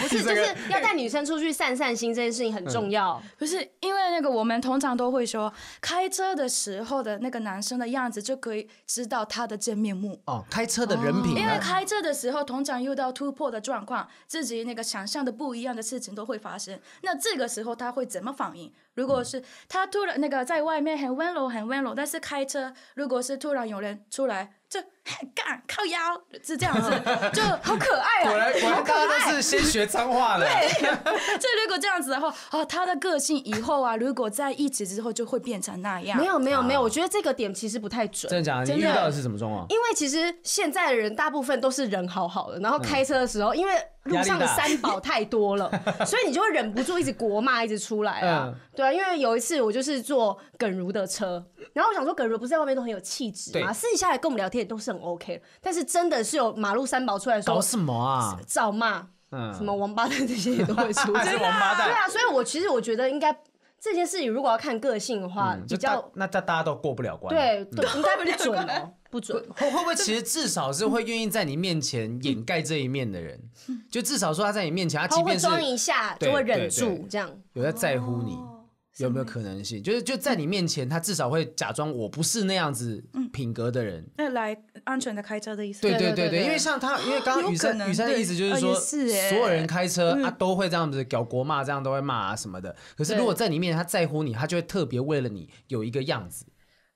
A: 不是，就是要带女生出去散散心，这件事情很重要。
C: [LAUGHS] 不是因为那个，我们通常都会说，开车的时候的那个男生的样子就可以知道他的真面目。
B: 哦，开车的人品
C: 因为
B: 啊，
C: 开车的时候，通常遇到突破的状况，自己那个想象的不一样的事情都会发生。那这个时候他会怎么反应？如果是他突然那个在外面很温柔很温柔，但是开车，如果是突然有人出来就嘿干靠腰是这样子， [LAUGHS] 就好可爱
B: 果
C: 啊！
B: 然果然大家都是先学脏话的，
C: 就如果这样子的话，哦，他的个性以后啊，如果在一起之后就会变成那样。
A: 没有没有没有，我觉得这个点其实不太准
B: 啊真的。假的？你遇到的是什么状况？
A: 因为其实现在的人大部分都是人好好的，然
B: 嗯
A: 后开车的时候，因为路上的三宝太多
B: [LAUGHS]
A: 了，所以你就会忍不住一直国骂，一直出来啊。
B: 嗯
A: 对啊，因为有一次我就是坐耿如的车，然后我想说耿如不是在外面都很有气质嘛，
B: 对
A: 私底下来跟我们聊天也都是很 OK 的，但是真的是有马路三宝出来
B: 搞
A: 说
B: 什么啊？
A: 照骂，
B: 嗯
A: 什么王八蛋这些也都会出
B: [LAUGHS] 还
A: 现
B: 是。王八
A: 对
B: 蛋？
A: 啊，所以我其实我觉得应该这件事情如果要看个性的话，
B: 嗯
A: 比
B: 就大
A: 较
B: 那大大家都过不了关。
A: 对，对应该不准 [LAUGHS] 哦，不准。
B: 会会不会其实至少是会愿意在你面前掩盖这一面的人，就至少说他在你面前，他即
A: 他会
B: 便是
A: 装一下，
B: 对
A: 就会忍
B: 对
A: 住
B: 对
A: 这样。
B: 有在在乎你，
C: 哦
B: 有没有可能性？就是就在你面前，他至少会假装我不是那样子
C: 嗯
B: 品格的人。
C: 那来安全的开车的意思。
B: 对
A: 对
B: 对
A: 对
B: 对
A: 对
B: 对，因为像他，因为刚
C: 有
B: 刚雨
C: 可
B: 珊
C: 能
B: 雨珊的意思就是
C: 对
B: 说，
C: 啊也是欸
B: 所有人开车他都会这样子，搞国骂这样都会骂啊什么的。可是如果在你面前他在乎你，他就会特别为了你有一个样子。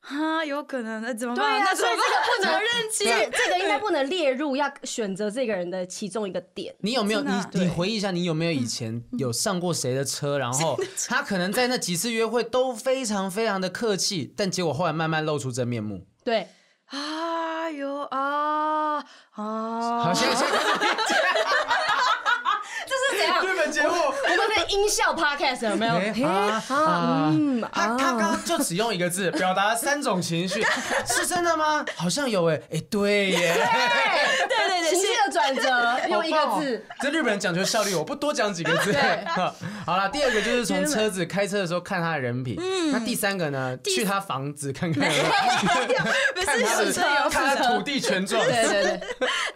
C: 啊，有可能，那怎么
A: 对
C: 办？
A: 啊
C: 那怎么
A: 所以这个
C: 办
A: 不能
C: 怎么 [LAUGHS] 认清。
A: 这这个应该不能列入要选择这个人的其中一个点。
B: 你有没有
C: 真的嗯啊
B: 你你回忆一下，你有没有以前有上过谁的车？然后他可能在那几次约会都非常非常的客气，但结果后来慢慢露出真面目。
A: 对，
C: 啊有啊
B: 好，
C: 啊！ [LAUGHS]
B: 现在现在
A: [LAUGHS] 这是怎样？
B: 日本节目，
A: 我们的音效 podcast 有没有？
B: [LAUGHS] 哎
A: 嘿
B: 啊啊
A: 嗯
B: 他他刚刚就只用一个字表达三种
A: [LAUGHS]
B: 情绪，是真的吗？好像有诶，诶，对耶，
A: 对对对对，情绪的转折用一个字。
B: 哦这日本人讲究效率，我不多讲几个字。
A: 对
B: 好啦，第二个就是从车子开车的时候看他的人品，那第三个
A: 嗯
B: 呢，去他房子看看有没有，
A: [LAUGHS]
C: 不
B: 看他
C: 是
B: 的
C: 是有，
B: 看他的土地权状。
A: 对对对，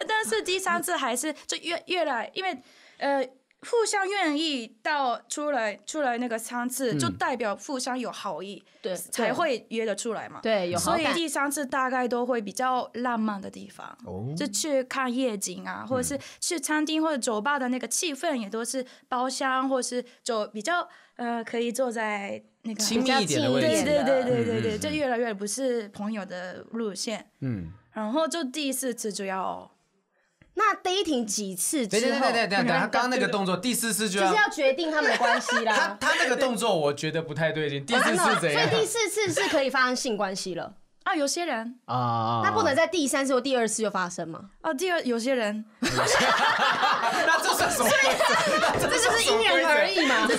C: 但是第三次还是就越越来，因为呃。互相愿意到出来出来那个三次，
B: 嗯
C: 就代表互相有好意，
A: [LAUGHS] 对
C: 才会约得出来嘛。
A: 对有好
C: 所以
A: 感
C: 第三次大概都会比较浪漫的地方，
B: 哦嗯
C: 就去看夜景啊，或者是去餐厅或者酒吧的那个气氛也都是包厢，或是就比较呃可以坐在那个
B: 亲密一点的
A: 比
B: 位
A: 较
C: 对
A: 近
B: 置，
C: 对对对对
B: 嗯嗯
C: 对，
B: 嗯
C: 就越来越不是朋友的路线。
B: 嗯。
C: 然后就第四次就要
A: 那 dating 几次
B: 对对
A: 之
B: 对
A: 后
B: 对，对对，他刚刚那个动作，第四次就
A: 就是
B: 要
A: 要决定他们的关系
B: 他 [LAUGHS]
A: 啦。
B: 他那个动作，我觉得不太对劲。第四
A: 真的哦
B: 次
A: 所
B: 怎
A: 以
B: 样哦
A: 第四次是可以发生性关系了，
C: 啊，有些人
B: 啊？
A: 那不能在第三次或第二次就发生吗？
C: 啊，第二有
B: [LAUGHS]
C: 些人
B: 那这算什么？
A: 这就是因人而异嘛。
C: 有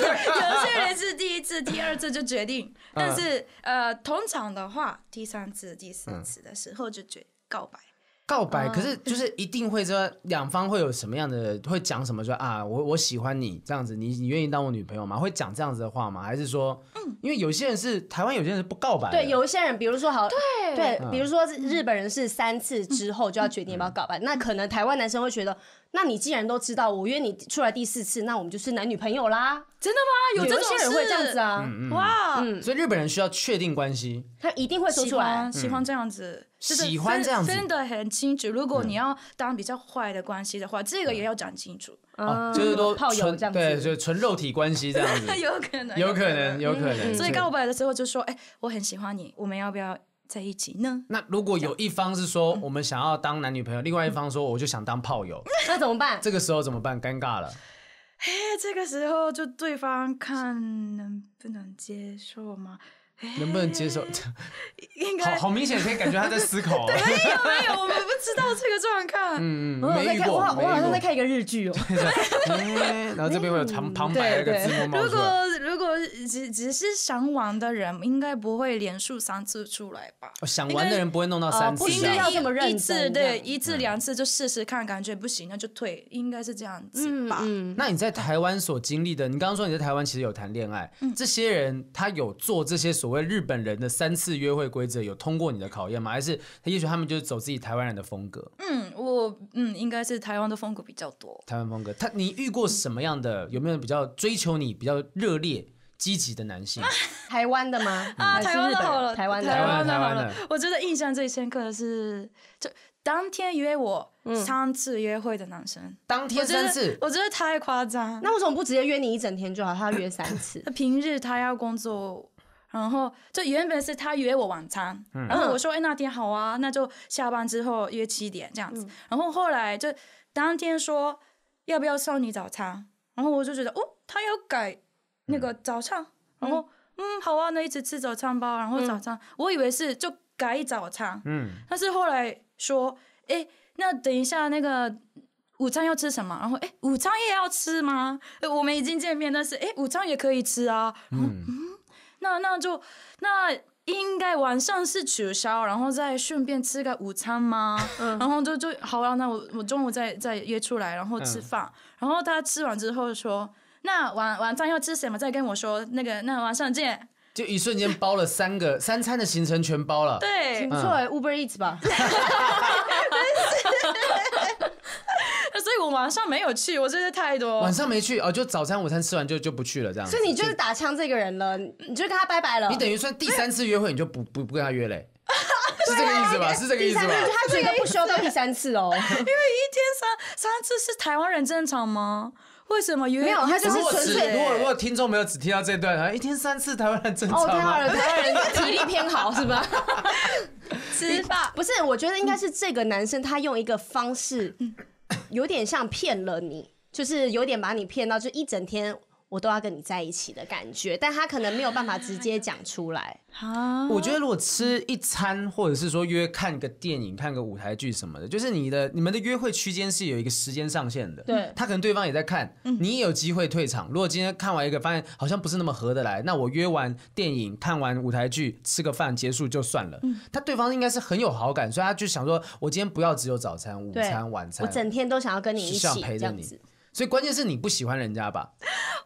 C: 些人是第一次、第二次就决
B: 嗯
C: 定，但是呃，通常的话，第三次、第四次的时候就决告白。
A: 啊
B: 告白，
A: 哦
B: 可是就是一定会说两方会有什么样的，会讲什么说啊，我我喜欢你这样子，你你愿意当我女朋友吗？会讲这样子的话吗？还是说，因为有些人是台湾，有些人是不告白
A: 嗯
B: 的，
A: 对，有一些人，比如说好，对
B: 嗯
A: 比如说日本人是三次之后就要决定要不要告白，那可能台湾男生会觉得，那你既然都知道我约你出来第四次，那我们就是男女朋友啦。
C: 真的
A: 啊
C: 吗？
A: 有
C: 这
A: 一些
C: 种
A: 人
C: 事
A: 会这样子啊，
B: 嗯
C: 哇！
B: 所以日本人需要确定关系，
A: 他一定会说
C: 喜
A: 出来嗯
C: 欢。喜欢这样子，就是
B: 喜欢
C: 分
B: 这样子嗯
C: 分得很清楚。如果你要当比较坏的关系的话，这个也要讲清楚。，
B: 哦，就是都
A: 炮啊友
B: 纯
A: 这样
B: 对，
A: 子，
B: 就纯肉体关系这样
A: [LAUGHS]
B: 子
C: [LAUGHS] 有可能，
B: 嗯有可能，。有可
A: 嗯
B: 能。
C: 所以
B: 嗯对
C: 告白的时候就说：“哎，我很喜欢你，我们要不要在一起呢
B: 那如果有一方是说
A: 嗯
B: 我们想要当男女朋友，另外一方说我就想当炮友，
A: [LAUGHS] 那怎么办？
B: 这个时候怎么办？尴尬了。？”
C: 哎，这个时候就对方看能不能接受 [LAUGHS] 吗？
B: 能不能
A: [LAUGHS]
B: 接受？ [LAUGHS]
C: 应该
B: 好好明显可以感觉他在思考、哦，
C: 没有没有，我们不知道这个状况。
B: 嗯，
A: 我有
B: [LAUGHS] 没
A: 在
B: 遇
A: 看，
B: 过，
A: 我好我好像在
B: 没遇过
A: 看一个日剧哦。
B: [LAUGHS] 哎然后这边会有旁旁白那个
A: 对对
B: 字幕冒
C: 嗯如
B: 出来。
C: 果如果只只是想玩的人，应该不会连续三次出来吧？
B: 哦想玩的人不会弄到三次啊
A: 不
B: 这
A: 需
B: 样，
A: 要这么认
C: 一
A: 真
C: 次
A: 这样
C: 对，一次两次就试试看，感觉不行那就退，应该是这样子吧？
A: 嗯，
B: [LAUGHS] 那你在台湾所经历的，你刚刚说你在台湾其实有谈恋爱，
C: 嗯
B: 这些人他有做这些所谓日本人的三次约会规则，有通过你的考验吗？还是他也许他们就是走自己台湾人的风格，
C: 嗯，我嗯，应该是台湾的风格比较多。
B: 台湾风格？他你遇过什么样的？有没有比较追求你比较热烈、积极的男
C: [LAUGHS]
B: 性？
A: 台湾的吗？
C: 啊，
A: 还是
C: 台
A: 日
C: 湾的
A: 本
C: 好了，
A: 台湾
C: 台
A: 的。
C: 湾的好
B: 台湾
C: 了
B: 的。
C: 我觉得印象最深刻的是，就当天约我三次约会的男生，
A: 哦
B: 当
C: 我
B: 天
C: 觉得
B: 三次，
C: 我觉得太夸张。，
A: 那为什么不直接约你一整天就好？他要约三次
B: [LAUGHS]
C: 平日他要工作，然后就原本是他约我晚餐，然后我说哎那天好啊，那就下班之后约七点这样子，然后后来就当天说要不要送你早餐，然后我就觉得哦他要改那个早餐，然后嗯好啊，那一直吃早餐吧，然后早餐、我以为是就改早餐，
B: 嗯，
C: 但是后来说哎那等一下那个。午餐要吃什么？然后哎，诶午餐也要吃吗？诶我们已经见面，但是哎，诶午餐也可以吃啊。那那就那应该晚上是取消，然后再顺便吃个午餐吗？
A: 嗯
C: 然后就就好啊了，那我我中午再再约出来，然后吃饭。然后他吃完之后说，那晚晚上要吃什么？再跟我说那个，那晚上见。
B: 就一瞬间包了三个三餐的行程全包了。
A: 挺
C: 对，
A: 不错欸，Uber Eats
B: [LAUGHS]
A: 吧？
C: [LAUGHS] 所以我晚上没有去，我真的太多
B: 晚。上没去哦，就早餐、午餐吃完就就不去了，这样子。
A: 所以你就是打枪这个人了，你就跟他拜拜了。
B: 你等于算第三次约会，你就不不不跟他约嘞、
A: [LAUGHS]
B: 是这个意思吧？是这个意
A: 第
B: 思
A: 三次，
B: 吧？
A: 他觉得不需要到第三次哦。
C: 三三次是台湾人正常吗？为什么约
A: 没有他就是
B: 如果
A: 纯
B: 只
A: 粹
B: 如果如果听众没有只听到这段，哎然后一天三次台湾人
A: [LAUGHS]
B: 正 [LAUGHS]
A: 哦，
B: 常
A: 台
B: 吗？
A: 湾人，台湾人体力偏好是吧？
C: 吃
A: [LAUGHS]
C: 饭？
A: 不是，我觉得应该是这个男生他用一个方式，有点像骗了你，就是有点把你骗到，就一整天我都要跟你在一起的感觉，但他可能没有办法直接讲出来。
C: 啊，
B: 我觉得如果吃一餐，或者是说约看个电影、看个舞台剧什么的，就是你的你们的约会区间是有一个时间上限的。 [LAUGHS]
A: 对
B: 他可能对方也在看，
A: 嗯
B: 你也有机会退场。如果今天看完一个发现好像不是那么合得来，那我约完电影、看完舞台剧、吃个饭结束就算了。
A: 嗯
B: 他对方应该是很有好感，所以他就想说，我今天不要只有早餐、午
A: 对
B: 餐、晚餐
A: 我，整天都想要跟你一
B: 是想
A: 起
B: 陪
A: 这
B: 着
A: 样
B: 你
A: 子。
B: 所以关键是你不喜欢人家吧？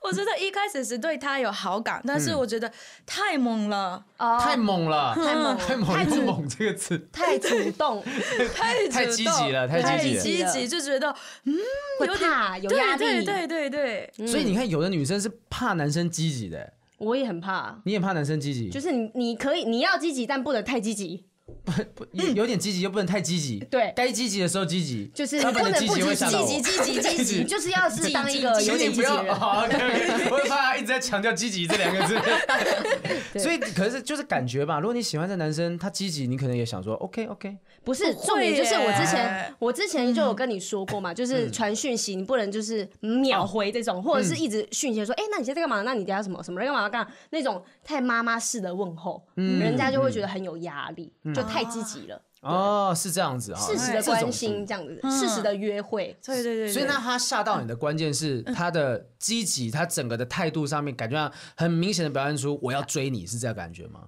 C: 我觉得一开始是对他有好感，但是我觉得太猛了。
A: 哦
B: 太猛
A: [LAUGHS]
B: 了，
A: 太猛了
B: 太猛，
A: 太
B: 用
A: 主
B: 猛这个词。
A: 太主动，
C: 太
B: 太
C: 主
B: 积
C: 动
B: 极了太
C: 太
A: 积极了
C: 积极，就觉得
A: 会怕， [LAUGHS] 有压
C: 对
A: 力。嗯
C: 对对对对，
B: 所以你看，有的女生是怕男生积极的、
A: 我也很怕，
B: 你也怕男生积极，
A: 就
B: 就是
A: 你你可以你要积极，但不能太积极。
B: 有有点积极，又不能太积极。
A: 嗯对
B: 该积极的时候积极，
A: 就是
B: 他
A: 你
B: 本
A: 不
B: 的
A: 能
B: 积
A: 不
B: 极会
A: 积
B: 吓到我
A: 极，积。极，
B: [LAUGHS]
A: 积极，就是要适当一个
B: 请
A: 呃有
B: 你
A: 点积
B: 不
A: 极的
B: 要，
C: 哦
A: 人。[LAUGHS]
B: 好 OK，OK，我会怕他一直在强调积极这两个字。所以，可是就是感觉吧，如果你喜欢这男生，他积极，你可能也想说 OK OK，
A: 不是
C: 不会
A: 重点，就是我之前
C: 耶嗯
A: 我之前就有跟你说过嘛，就是传讯息你不能就是秒
C: 哦
A: 回这种，或者
C: 嗯
A: 是一直讯息说，哎，那你现在干嘛？那你等下什么什么人干嘛干嘛？那种太妈妈式的问候，
C: 嗯
A: 人家就会觉得很有压力，就太积极了，
B: 哦，是这样子啊，
A: 适时的
B: 这种
A: 哎关心这样子，
C: 嗯
A: 适时的约会。
C: 对对对，
B: 所以那他吓到你的关键是
A: 嗯
B: 他的积极，他整个的态度上面感觉上很明显的表现出我要追你是这样感觉
A: [LAUGHS]
B: 吗？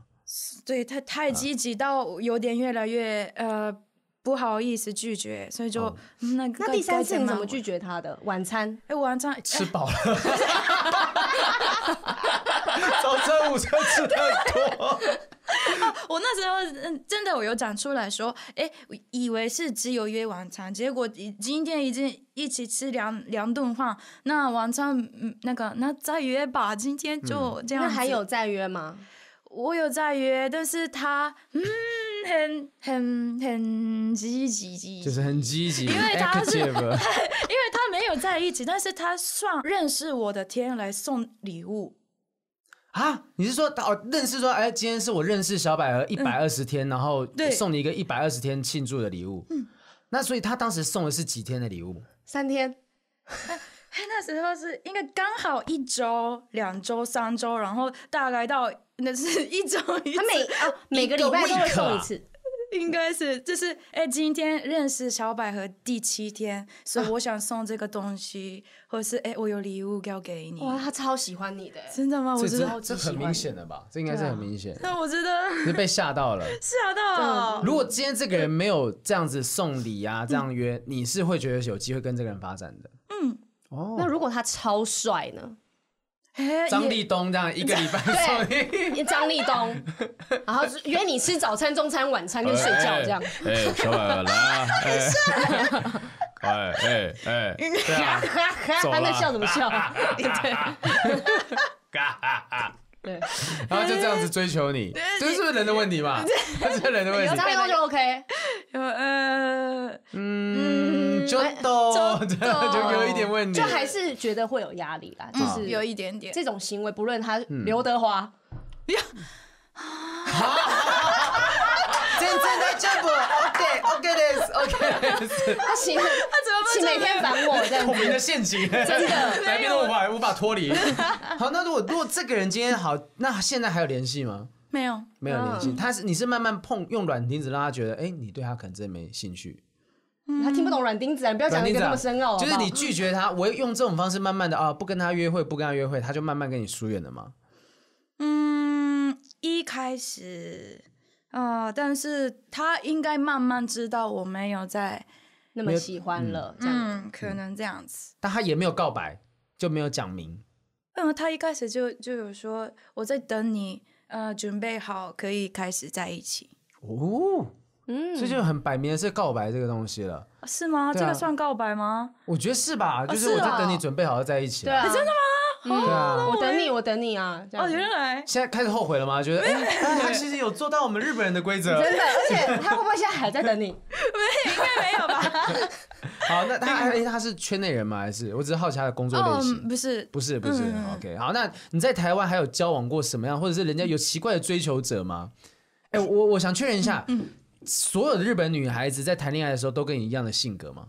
C: 对他
B: 嗯
C: 太积极到有点越来越呃不好意思拒绝，所以就
B: 哦
C: 嗯那
A: 那第三次你怎么拒
C: 绝？
A: 绝他的晚餐？
C: 哎，晚上
B: 吃饱了， [LAUGHS] 早餐午餐吃
A: [LAUGHS]
B: 的多，
C: [LAUGHS] 我那时候嗯，真的我有讲出来说，哎，我以为是只有约晚餐，结果已今天已经一起吃两两顿饭，那晚上嗯那个那再约吧，今天就
B: 嗯
C: 这样、
A: 那还有再约吗？
C: 我有在约，但是他嗯很很很积极积极，
B: 就是很积极，
C: 因为他是
B: active 啊
C: 因为他没有在一起，但是他算认识我的天来送礼物。
B: 啊，你是说哦认识说哎，今天是我认识小百合
A: 嗯
B: 一百二十天，然后
C: 对
B: 送你一个一百二十天庆祝的礼物。
A: 嗯
B: 那所以他当时送的是几天的礼物？
A: 三天，
C: 哎，那时候是应该刚好一周、两周、三周，然后大概到那是一周一
A: 他
B: [LAUGHS]
A: 哦
C: 次。
A: 每啊每个礼拜都会送一次，
C: 应该是就是哎，今天认识小百合第七天，所以我想送这个东西，或者是哎，我有礼物要给你。
A: 哇，他超喜欢你的欸，
C: 真的吗？我
B: 这
C: 觉
B: 这
C: 得，
B: 这很明显的吧？这应该
A: 啊
B: 是很明显的，
C: 那我觉得
B: 是被吓
A: [LAUGHS]
B: 到了。
A: 哦
C: 吓到。
B: 如果今天这个人没有这样子送礼啊，
A: 嗯
B: 这样约，你是会觉得有机会跟这个人发展的。
A: 那如果他超帅呢？呃
C: 哎
B: 张
C: 也
B: 立东这样一个礼拜
A: [LAUGHS]
B: 送
A: [LAUGHS]
B: 你，
A: 张立东，然后就约你吃早餐、中餐、晚餐跟睡觉这样。啊
E: 哎，哎小百合来啊！
A: [LAUGHS]
E: 哎哎哎哎，对
A: [LAUGHS]
E: 啊，走
A: 他那
E: 啦
A: 笑怎么笑？对
E: 嘎啊啊！
A: 对，
B: 然后就这样子追求你，这是不是人的问题嘛？这是人的问
A: [LAUGHS]
B: 题
A: 张。立东就 OK。
C: 呃，
B: 嗯，就都就有一点问题，
A: 哎就还是觉得会有压力啦，就
C: 嗯，有
A: 是
C: 一点点。
A: 这种行为，不论他刘德华，
B: 真正在进步。OK OK this [LAUGHS] OK this，
A: 他行，
C: 他怎么
A: 请
C: 这
A: 每
C: 么
A: 天烦我这样
B: [LAUGHS] 透明
A: 子。
B: 的陷阱，
A: 真的
B: [LAUGHS] 来变得无法无法脱离。 [LAUGHS] 好，那如果如果这个人今天好，那现在还有联系吗？
C: 没有？
B: 没有联系，
A: 嗯
B: 他是你是慢慢碰用软钉子让他觉得，哎，你对他可能真的没兴趣。
A: 他听不懂软钉子啊，你不要讲
B: 软
A: 一个
B: 钉子
A: 那
B: 啊
A: 么深奥，
B: 就是
A: 好不
B: 你
A: 好
B: 拒绝他，我用这种方式慢慢的啊，不跟他约会，不跟他约会，他就慢慢跟你疏远了嘛。
C: 嗯，一开始，呃，但是他应该慢慢知道我没有在，
A: 那么喜欢了，这样
C: 嗯，可能这样子。
B: 但他也没有告白，就没有讲明。
C: 嗯，他一开始就就有说我在等你，呃，准备好可以开始在一起，
B: 哦，
A: 嗯
B: 所以就很摆明的是告白这个东西了。
C: 啊是吗？
B: 对
C: 这
B: 啊
C: 个算告白吗？
B: 我觉得是吧？就是
C: 是
B: 我在
C: 啊
B: 等你准备好要在一起
A: 对
B: 了。
A: 啊，真的
B: 对啊，
A: 我等你，我等你啊，这样
C: 哦，原来
B: 现在开始后悔了吗？觉得哎，哎他其实有做到我们日本人的
A: [LAUGHS]
B: 规则。
A: 真的，而且他会不会现在还在
B: [LAUGHS]
A: 等你？
C: 应该没有吧？
B: 好，那他哎他是圈内人吗？还是我只是好奇他的工作
C: 哦
B: 类，型？
C: 不是，
B: 不是不是，OK。好，那你在台湾还有交往过什么样，或者是人家有奇怪的追求者吗？哎，我我想确认一下，所有的日本女孩子在谈恋爱的时候都跟你一样的性格吗？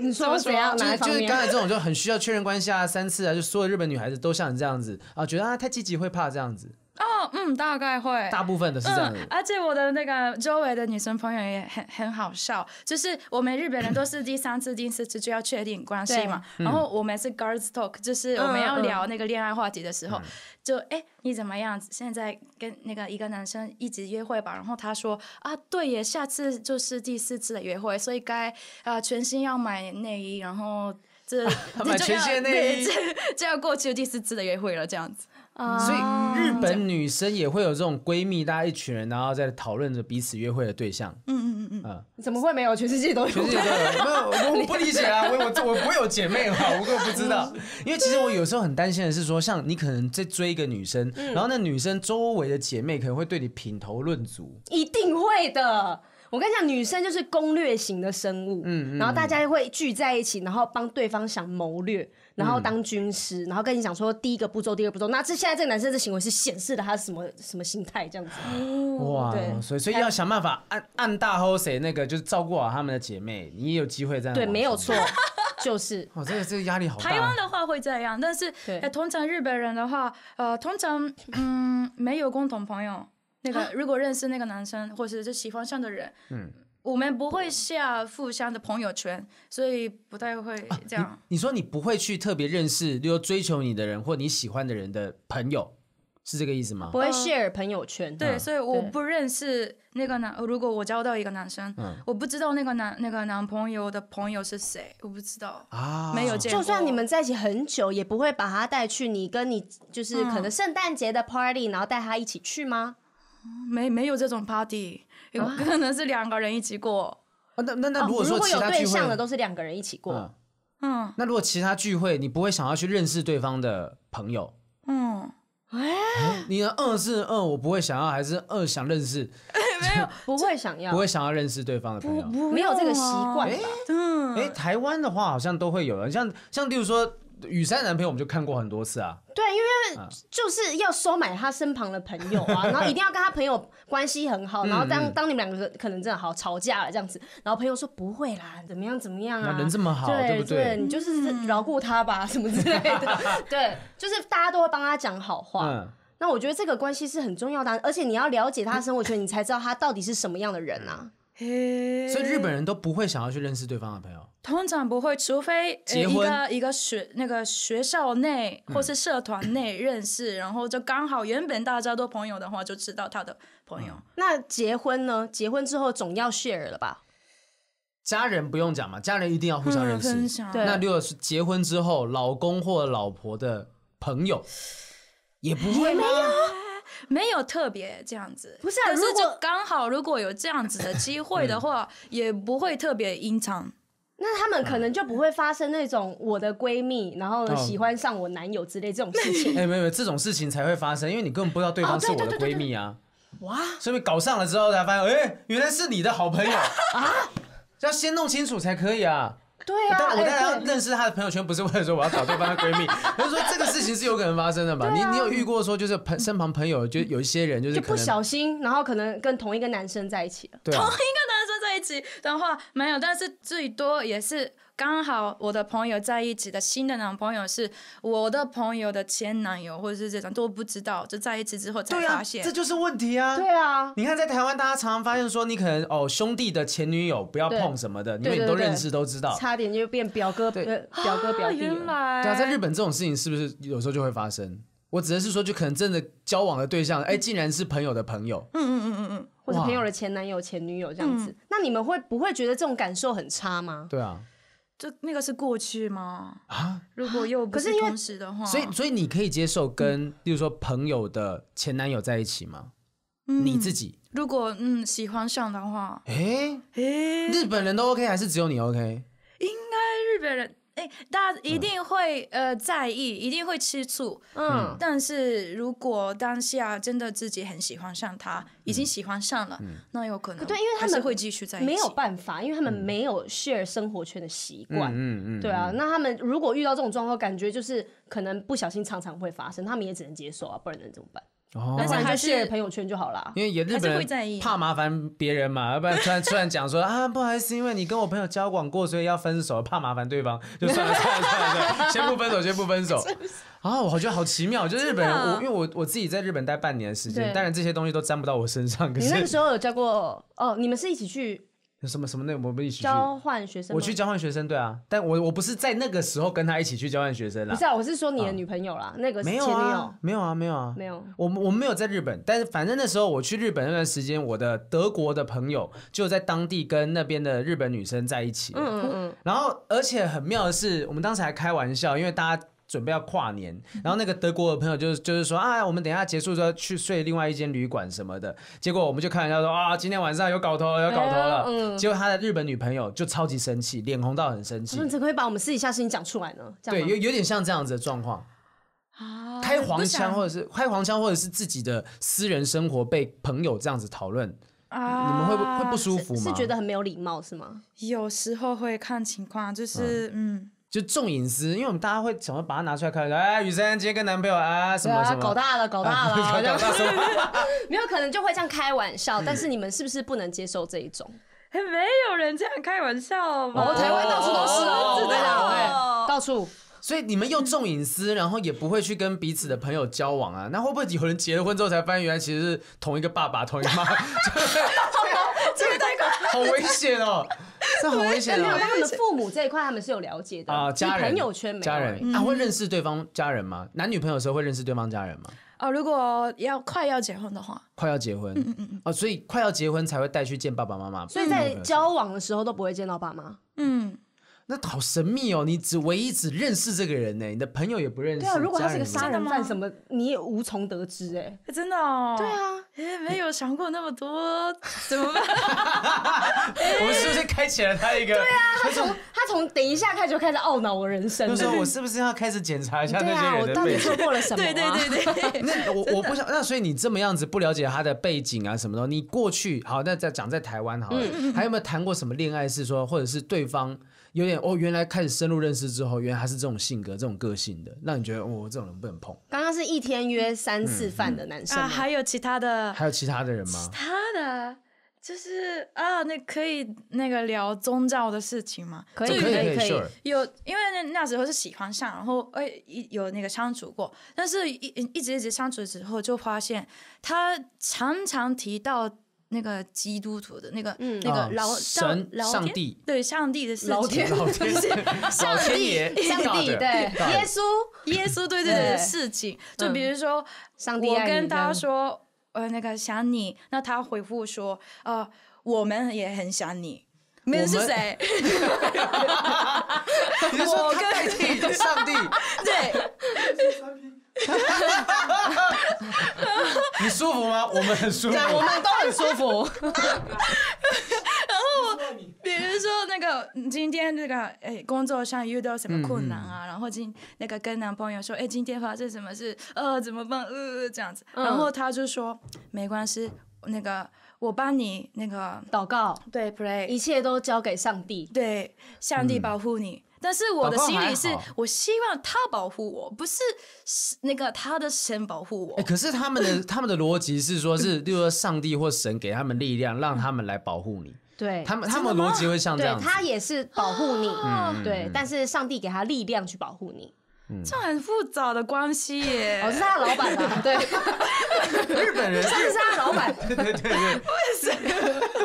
A: 你说怎样？
B: 就
A: 啊哪一
B: 是
A: 方
B: 就是
A: 面
B: 刚？才这种就很需要确认关系啊， [LAUGHS] 三次啊，就所有日本女孩子都像你这样子啊，觉得啊太积极会怕这样子，
C: 哦，嗯，大概会，
B: 大部分都是这样
C: 嗯
B: 子，。
C: 而且我的那个周围的女生朋友也很很好笑，就是我们日本人都是第三次、第四次就要确定关系嘛，然后我们是 girls talk，就是我们要聊那个恋爱话题的时候，就
B: 嗯
C: 哎、你怎么样？现在跟那个一个男生一直约会吧，然后他说啊对耶，下次就是第四次的约会，所以该啊、全新要买内衣，然后
B: [LAUGHS]
C: 这
B: 买
C: 这就
B: 全
C: 要
B: 新的内衣
C: 对 [LAUGHS] 这这要过去第四次的约会了，这样子。
A: 啊
B: 所以日本女生也会有这种闺蜜，大家一群人，然后在讨论着彼此约会的对象。
A: 怎么会没有？全世界都
B: 全
A: 有
B: 世。界都有，没有我我不理解啊，我我我不会有姐妹哈，我根本不知道。因为其实我有时候很担心的是说，像你可能在追一个女生，然后那女生周围的姐妹可能会对你品头论足，
A: 一定会的。我跟你讲，女生就是攻略型的生物，嗯，然后大家会聚在一起，然后帮对方想谋略，
B: 嗯
A: 然后当军师，然后跟你讲说第一个步骤，第二个步骤。那这现在这个男生的行为是显示了他什么什么心态这
B: [GASPS]
A: 样子，
B: 哇
A: 对，
B: 所以所以要想办法按按大吼谁那个，就是照顾好她们的姐妹，你也有机会这样。
A: 对，没有错。，就是
B: 哦，这个这个压力好
C: 台湾
B: 大。
C: 的话会这样，但是
A: 对
C: 呃，通常日本人的话，呃，通常嗯没有共同朋友。那
A: 啊
C: 个如果认识那个男生，或者是喜欢上的人，嗯，我们不会下互相的朋友圈，所以不太会这样。
B: 你说你不会去特别认识，比如追求你的人或你喜欢的人的朋友，是这个意思吗
A: 不？会 share 朋友圈，
C: 对，所以我
A: 对
C: 不认识那个男。如果我交到一个男生，我不知道那个男那个男朋友的朋友是谁，我不知道，
B: 啊，
C: 没有见过。
A: 就算你们在一起很久，也不会把他带去你跟你就是
C: 嗯
A: 可能圣诞节的 party，然后带他一起去吗？
C: 没没有这种 party，有
A: 啊
C: 可能是两个人一起过。
B: 啊那那那
A: 哦
B: 如果说其
A: 有
B: 他
A: 对
B: 聚
A: 象的
B: 会，
A: 都是两个人一起过，
B: 嗯
C: 嗯
B: 那如果其他聚会，你不会想要去认识对方的朋友？
C: 嗯。
B: 你的二是二，我不会想要，还是二想认识，
A: 不会想要
B: 不，会想要认识对方的朋友。
A: 没有这个习
C: 啊
A: 惯吧。
B: 哎、台湾的话好像都会有人，像像例如说雨山男朋友，我们就看过很多次啊。
A: 对，因为就是要收买他身旁的朋友
B: [LAUGHS]
A: 啊，然后一定要跟他朋友关系很好，
B: 嗯
A: 然后当当你们两个可能真的好吵架了这样子，然后朋友说不会啦，怎么样怎么样啊，
B: 那人这么好对
A: 对
B: 不对
A: 对？你
C: 嗯
B: [LAUGHS]
A: 就是饶过他吧，什么之类的，对，就是大家都会帮他讲好话，
B: 嗯，
A: 那我觉得这个关系是很重要的啊、而且你要了解他的生活圈，你才知道他到底是什么样的人啊。
C: 所
B: 所以日本人都不会想要去认识对方的朋友。
C: 通常不会，除非、呃、
B: 结
C: 一
B: 婚嗯
C: 个一个学那个学校内或是社团内认识，然后就刚好原本大家都朋友的话，就知道他的朋
B: 嗯
C: 友。
A: 那结婚呢？结婚之后总要 share 了吧？
B: 家人不用讲嘛，家人一定要互相认
C: 分
B: 识。
C: 享
A: 对
B: 那如果是结婚之后，老公或老婆的朋友，也不会吗？
C: 没有特别这样子，
A: 不是啊
C: 但
A: 如
C: 是
A: 果
C: 就刚好如果有这样子的机会的话，
B: 嗯
C: 也不会特别隐藏。
A: 那他们可能就不会发生那种我的闺蜜，然后
B: 哦
A: 喜欢上我男友之类这种事
B: [LAUGHS]
A: 情。
B: 哎、没有没有，这种事情才会发生，因为你根本不知道对方是我的闺蜜啊。
A: 哇，
B: 所以搞上了之后才发现，哎、原来是你的好朋友啊，要先弄清楚才可以啊。
A: 对啊，
B: 但我当然
A: 哎
B: 要
A: 对
B: 认识她的朋友圈，不是为了说我要找对方的
A: [LAUGHS]
B: 闺蜜，而是说这个事情是有可能发生的嘛。你你有遇过说就是朋身旁朋友就有一些人就
A: 啊
B: 是
A: 就
B: 可
A: 不
B: 能
A: 小心，然后可能跟同一个男生在一起了。
B: 对啊
C: 男生在一起的话没有，但是最多也是刚好我的朋友在一起的新的男朋友是我的朋友的前男友，或者是这种都不知道，就在一起之后才
B: 对啊
C: 发，现。
B: 这就是问题啊。
A: 对啊，
B: 你看，在台湾，大家常常发现说，你可能哦兄弟的前女友不要碰什么的，因
A: 对
B: 为你都
A: 对对
B: 认识都知道。
A: 差点就变表哥
B: 对
A: 呃表哥表
C: 啊
A: 弟
C: 原
A: 了。
C: 来
B: 对啊，在日本这种事情是不是有时候就会发生？我只能是说，就可能真的交往的对象，哎，竟然是朋友的朋友，
A: 嗯或者
B: 哇嗯
A: 朋友的前男友、前女友这样子。那你们会不会觉得这种感受很差吗？
B: 对啊
A: 嗯
C: 就那个是过去吗？
B: 啊，
C: 如果又不
A: 可是因为
C: 同时的话，
B: 所
A: 哦
B: 以所以你可以接受跟，例如说朋友的前男友在一起吗？
A: 嗯
B: 你自己，
C: 如果嗯喜欢上的话，
B: 哎，
C: 诶，
B: 日本人都 OK 还是只有你 OK？
C: 应该日本人诶，大家一
B: 嗯
C: 定会、呃在意，一定会吃醋。
A: 嗯，
C: 但是如果当下真的自己很喜欢上他，
B: 嗯
C: 已经喜欢上了，那有可能
A: 对因为他
C: 还是
A: 们
C: 会继续在一起。
A: 没有办法，因为他们没有 share 生活圈的习惯。
B: 嗯嗯，
A: 对啊，那他们如果遇到这种状况，感觉就是可能不小心常常会发生，他们也只能接受啊，不然能怎么办？
B: 哦
A: 那不然就
C: 还是
A: share 朋友圈就好啦。
B: 因为也日
C: 还
B: 本
C: 是会在
B: 人
C: 意
B: 怕麻烦别人嘛，要不然 [LAUGHS] 突然突然讲说啊，不好意思，因为你跟我朋友交往过，所以要分手，怕麻烦对方，就算了 [LAUGHS] 算了算了算了，先不分手，先不分
C: [LAUGHS]
B: 手。啊，我觉得好奇妙，就是日本人，
C: 真的啊
B: 我因为我我自己在日本待半年的时间，
A: 对
B: 当然这些东西都沾不到我身上，可
A: 你
B: 是
A: 那个时候有交过哦？你们是一起去
B: 什么什么那我们一起去，
A: 交换学生吗？
B: 我去交换学生，对啊，但我我不是在那个时候跟他一起去交换学生啦
A: 不是，啊，我是说你的女朋友啦，那个前
B: 嗯没
A: 女
B: 有
A: 友
B: 啊，。没有啊，没有啊，
A: 哦没有
B: 我们我们没有在日本，但是反正那时候我去日本那段时间，我的德国的朋友就在当地跟那边的日本女生在一起。嗯，
A: 嗯嗯，
B: 然后而且很妙的是，我们当时还开玩笑，因为大家。准备要跨年，
A: 嗯
B: 然后那个德国的朋友就是就是说啊，我们等一下结束之后去睡另外一间旅馆什么的。结果我们就开玩笑说啊，今天晚上有搞头了，有搞头了。
A: 哎呀嗯
B: 结果他的日本女朋友就超级生气，脸红到很生气
A: 他。们怎么会把我们私底下事情讲出来呢？这
B: 对，
A: 样
B: 有
A: 吗？
B: 有点像这样子的状况。
A: 哦
C: 啊
B: 开黄腔，
C: 不
B: 或者是开黄腔，或者是自己的私人生活被朋友这样子讨论，
C: 想啊，
B: 你们会不会不舒服吗？
A: 是觉得很没有礼貌是吗？
C: 有时候会看情况，就是嗯，
B: 就重隐私，因为我们大家会想要把它拿出来看，哎，雨珊今天跟男朋友啊什
A: 对
B: 么什
A: 啊，
B: 么，
A: 搞
B: [LAUGHS]
A: 大了，搞大了，
B: 搞大
A: [LAUGHS]
B: 什嗯么
A: 没有可能就会这样开玩笑，但是你们是不是不能接受这一种？
C: 哎没有人这样开玩笑吧？
A: 哦，台湾到处都是哦，
B: 哦
A: 我跟你讲
C: 哦
A: 哎到处。
B: 所以你们又重隐私，然后也不会去跟彼此的朋友交往啊，那会不会有人结了婚之后才发现原来其实是同一个爸爸同一个妈妈？ [LAUGHS] 这个太好危险哦，这好危险
A: 没有，
B: 哦
A: 但。他们父母这一块他们是有了解的
B: 啊，
A: 只是
B: 家人、
A: 朋友圈没有欸嗯
B: 家
A: 而
B: 人
A: 已
B: 啊，会认识对方家人吗？男女朋友的时候会认识对方家人吗？
C: 哦，如果要快要结婚的话，
B: 快要结婚，嗯嗯嗯，哦，所以快要结婚才会带去见爸爸妈妈，嗯
A: 所以在交往的时候都不会见到爸妈。
C: 嗯，
B: 那好神秘哦，你只唯一只认识这个人呢，你的朋友也不认识，
A: 对啊，如果他是个
B: 家
A: 杀
B: 人
A: 人犯
C: 真的吗
A: 什么，你也无从得知哎、
C: 哎真的哦，
A: 对，啊，
C: 哎，没有想过那
B: [LAUGHS]
C: 么多，怎
B: 啊
C: 么办？
B: 也不认识，我们是不是开启了他一个？对啊， [LAUGHS]
A: 他从他从等一下开始就开始懊恼我人生
B: 就
A: 了。[LAUGHS]
B: 是说我是不是要开始检查一下
A: 对
B: 那些
A: 啊，
B: 人
A: 我
B: 的
A: 到
B: 背
A: 底
B: 景
A: 做？过了什么、啊？
C: 对对对对，
B: 那我我不想，那所以你这么样子不了解他的背景啊什么的，你过去好，那再讲在台湾好了，还有没有谈过什么恋爱是说，或者是对方有点哦，原来开始深入认识之后，原来他是这种性格、这种个性的，让你觉得哦，这种人不能碰。
A: 刚刚是一天约三次饭的男生吗、
C: 啊，还有其他的，
B: 还有其他的人吗？
C: 他的啊就是啊，那可以那个聊宗教的事情吗？
A: 啊可
B: 可
A: 以
B: 以可
A: 以可
B: ，sure，
C: 有，因为那那时候是喜欢上，然后呃一有那个相处过，但是一一直一直相处之后，就发现他常常提到那个基督徒的那个、
A: 嗯
C: 那个
B: 啊
C: 老
B: 神
C: 老
B: 上
C: 天
B: 帝
C: 对上帝的事情，
A: 老天
B: 老天老天爷， [LAUGHS]
A: 上帝
B: God
A: 对耶稣，
C: 耶稣对对
A: 对嗯
C: 对的事情，就比如说、
A: 上帝
C: 我
A: 爱你嗯
C: 跟
A: 这样
C: 他说呃那个想你，那他回复说呃我们也很想你，你们是
B: 我们
C: 谁？
B: 你是说他代替上
A: [LAUGHS]
B: 帝？
C: 对，
B: [LAUGHS] 你舒服吗？我们很舒服。
A: 对，我们都很舒服。
C: 比如说那个嗯今天那个哎工作上遇到
B: 嗯
C: 什么困难啊，然后今那个跟男朋友说哎今天发生什么事，呃怎么办呃这样子，然后他就说没关系，那个我帮你那个
A: 祷告，
C: 对
A: 一
C: play
A: 切都交给上帝。
C: 对上帝保护你。但是我的
B: 祷告
C: 心
B: 嗯还
C: 里是
B: 好，
C: 我希望他保护我，不是是那个他的神保护我
B: 哎、。可是他们的他们的逻辑是说，是例如说上帝或神给他们力量，让他们来保护你。
A: 对，
B: 他们他们的逻辑会像这
A: 对
B: 样子。嗯
A: 他也是保护你，对，但是上帝给他力量去保护
B: [LAUGHS]
A: 你。
C: 这很复杂的关系耶。
A: 哦，是他的老板吧？对，上
B: 日本人
A: 帝是他的老板。
B: 对对对对，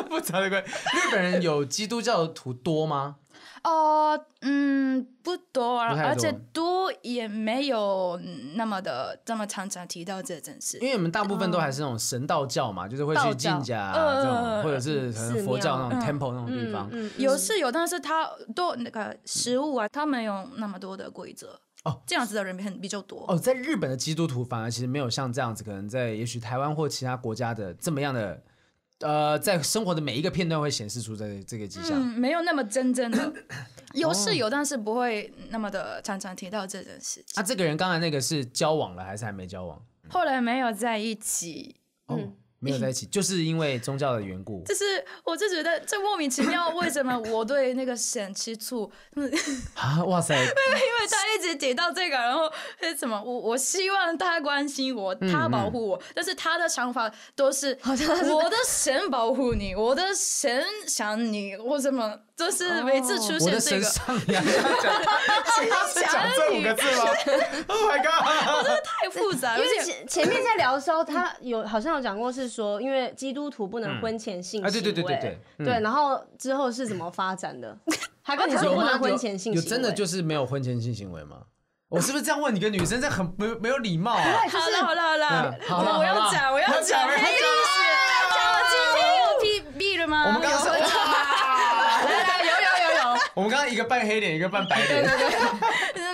B: 不查的怪。日本人 [LAUGHS] 有基督教徒多吗？
C: 哦，嗯，不多啊，
B: 不太多
C: 而且多也没有那么的这么常常提到这件事
B: 因。为我们大部分都还是那种神道教嘛，就是会
A: 道
B: 去
A: 教
B: 进甲啊
C: 嗯
B: 这种，
C: 嗯
B: 或者是可能佛教那种
C: 寺
B: temple 那种 [LAUGHS] 地方。
A: 嗯，
C: 有是有，但是他都那个食物啊，他没有那么多的规则。
B: 哦，
C: 这样子的人很比较多。
B: 哦，在日本的基督徒反而其实没有像这样子，可能在也许台湾或其他国家的这么样的，呃，在生活的每一个片段会显示出这这哦个迹象。
C: 嗯，没有那么真正
B: [LAUGHS]
C: 的，有是有，但是不会那么的常常提到这件事情。
B: 啊，这个人刚才那个是交往了还是还没交往？
C: 后来没有在一起，
B: 哦，没有在一起，就是因为宗教的缘故。
C: 就是我就觉得这莫名其妙，为什么我对那个神吃醋？
B: 啊，哇塞，
C: 因为他一直提到这个，然后是什么？我我希望他关心我，
B: 嗯
C: 他保护我，但是他的想法都是好像我的神保护你，我的神想你，我怎么就是每次出
B: 哦我
C: 现
B: 的
C: 这
B: 神
C: [LAUGHS] 个，
B: 上扬，他是讲这五个字吗？Oh my god！
C: 太复杂，
A: 因
C: 而
A: 为
C: 且
A: 前前面在聊的时候，他有好像有讲过，是说因为基督徒不能婚前性行为，
B: 啊对对对对对嗯
A: 对然后之后是怎么发展
B: [LAUGHS]
A: 的？他跟你说
B: 有
A: 不
B: 吗
A: 能
B: 有
A: 婚前性行
B: 有
A: 为，
B: 真的就是没有婚前性行为吗？我是不是这样问你个女生，这样很没有没有礼貌啊？
C: 好了好了好了
B: 嗯，好了
C: 我我
B: 好
C: 要
B: 了
C: 讲我
B: 要
C: 要
B: 讲
C: 讲，
B: 了要
C: 黑历
B: 讲
C: 史，讲我今天有 P B 了吗？
A: 啊
B: 我们刚刚说，哇
C: 来来有有有 [LAUGHS] 有
B: [LAUGHS] 我们刚刚一个扮黑脸，一个扮白脸，，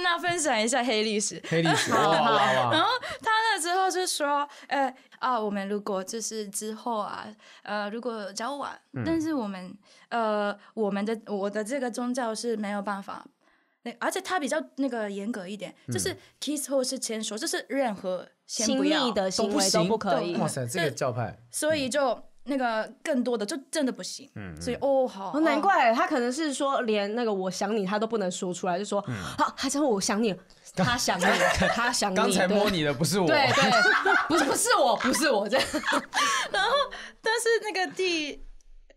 C: 那分享一下黑历史，
B: 黑历史，哇哇
C: 然
B: 哇！
C: 后他那时候就说，呃啊，我们如果就是之后啊，呃，如果交往，但是我们呃，我们的我的这个宗教是没有办法。那而且他比较那个严格一点，就是 kiss 或是牵手，就是任何先
A: 亲
C: 不要
A: 密，的行为都
B: 行
A: 不可以
B: 哇。塞，这个教派，
C: 所以就那个更多的就真的不行。所以哦好，
A: 哦，难怪他可能是说连那个我想你他都不能说出来，就说好，他讲我想你，他想你，他想你，
B: 嗯刚才
A: 对
B: 摸你的不是我，
A: 对 [LAUGHS] 对，不是不是我，不是我这样。
C: 但是那个第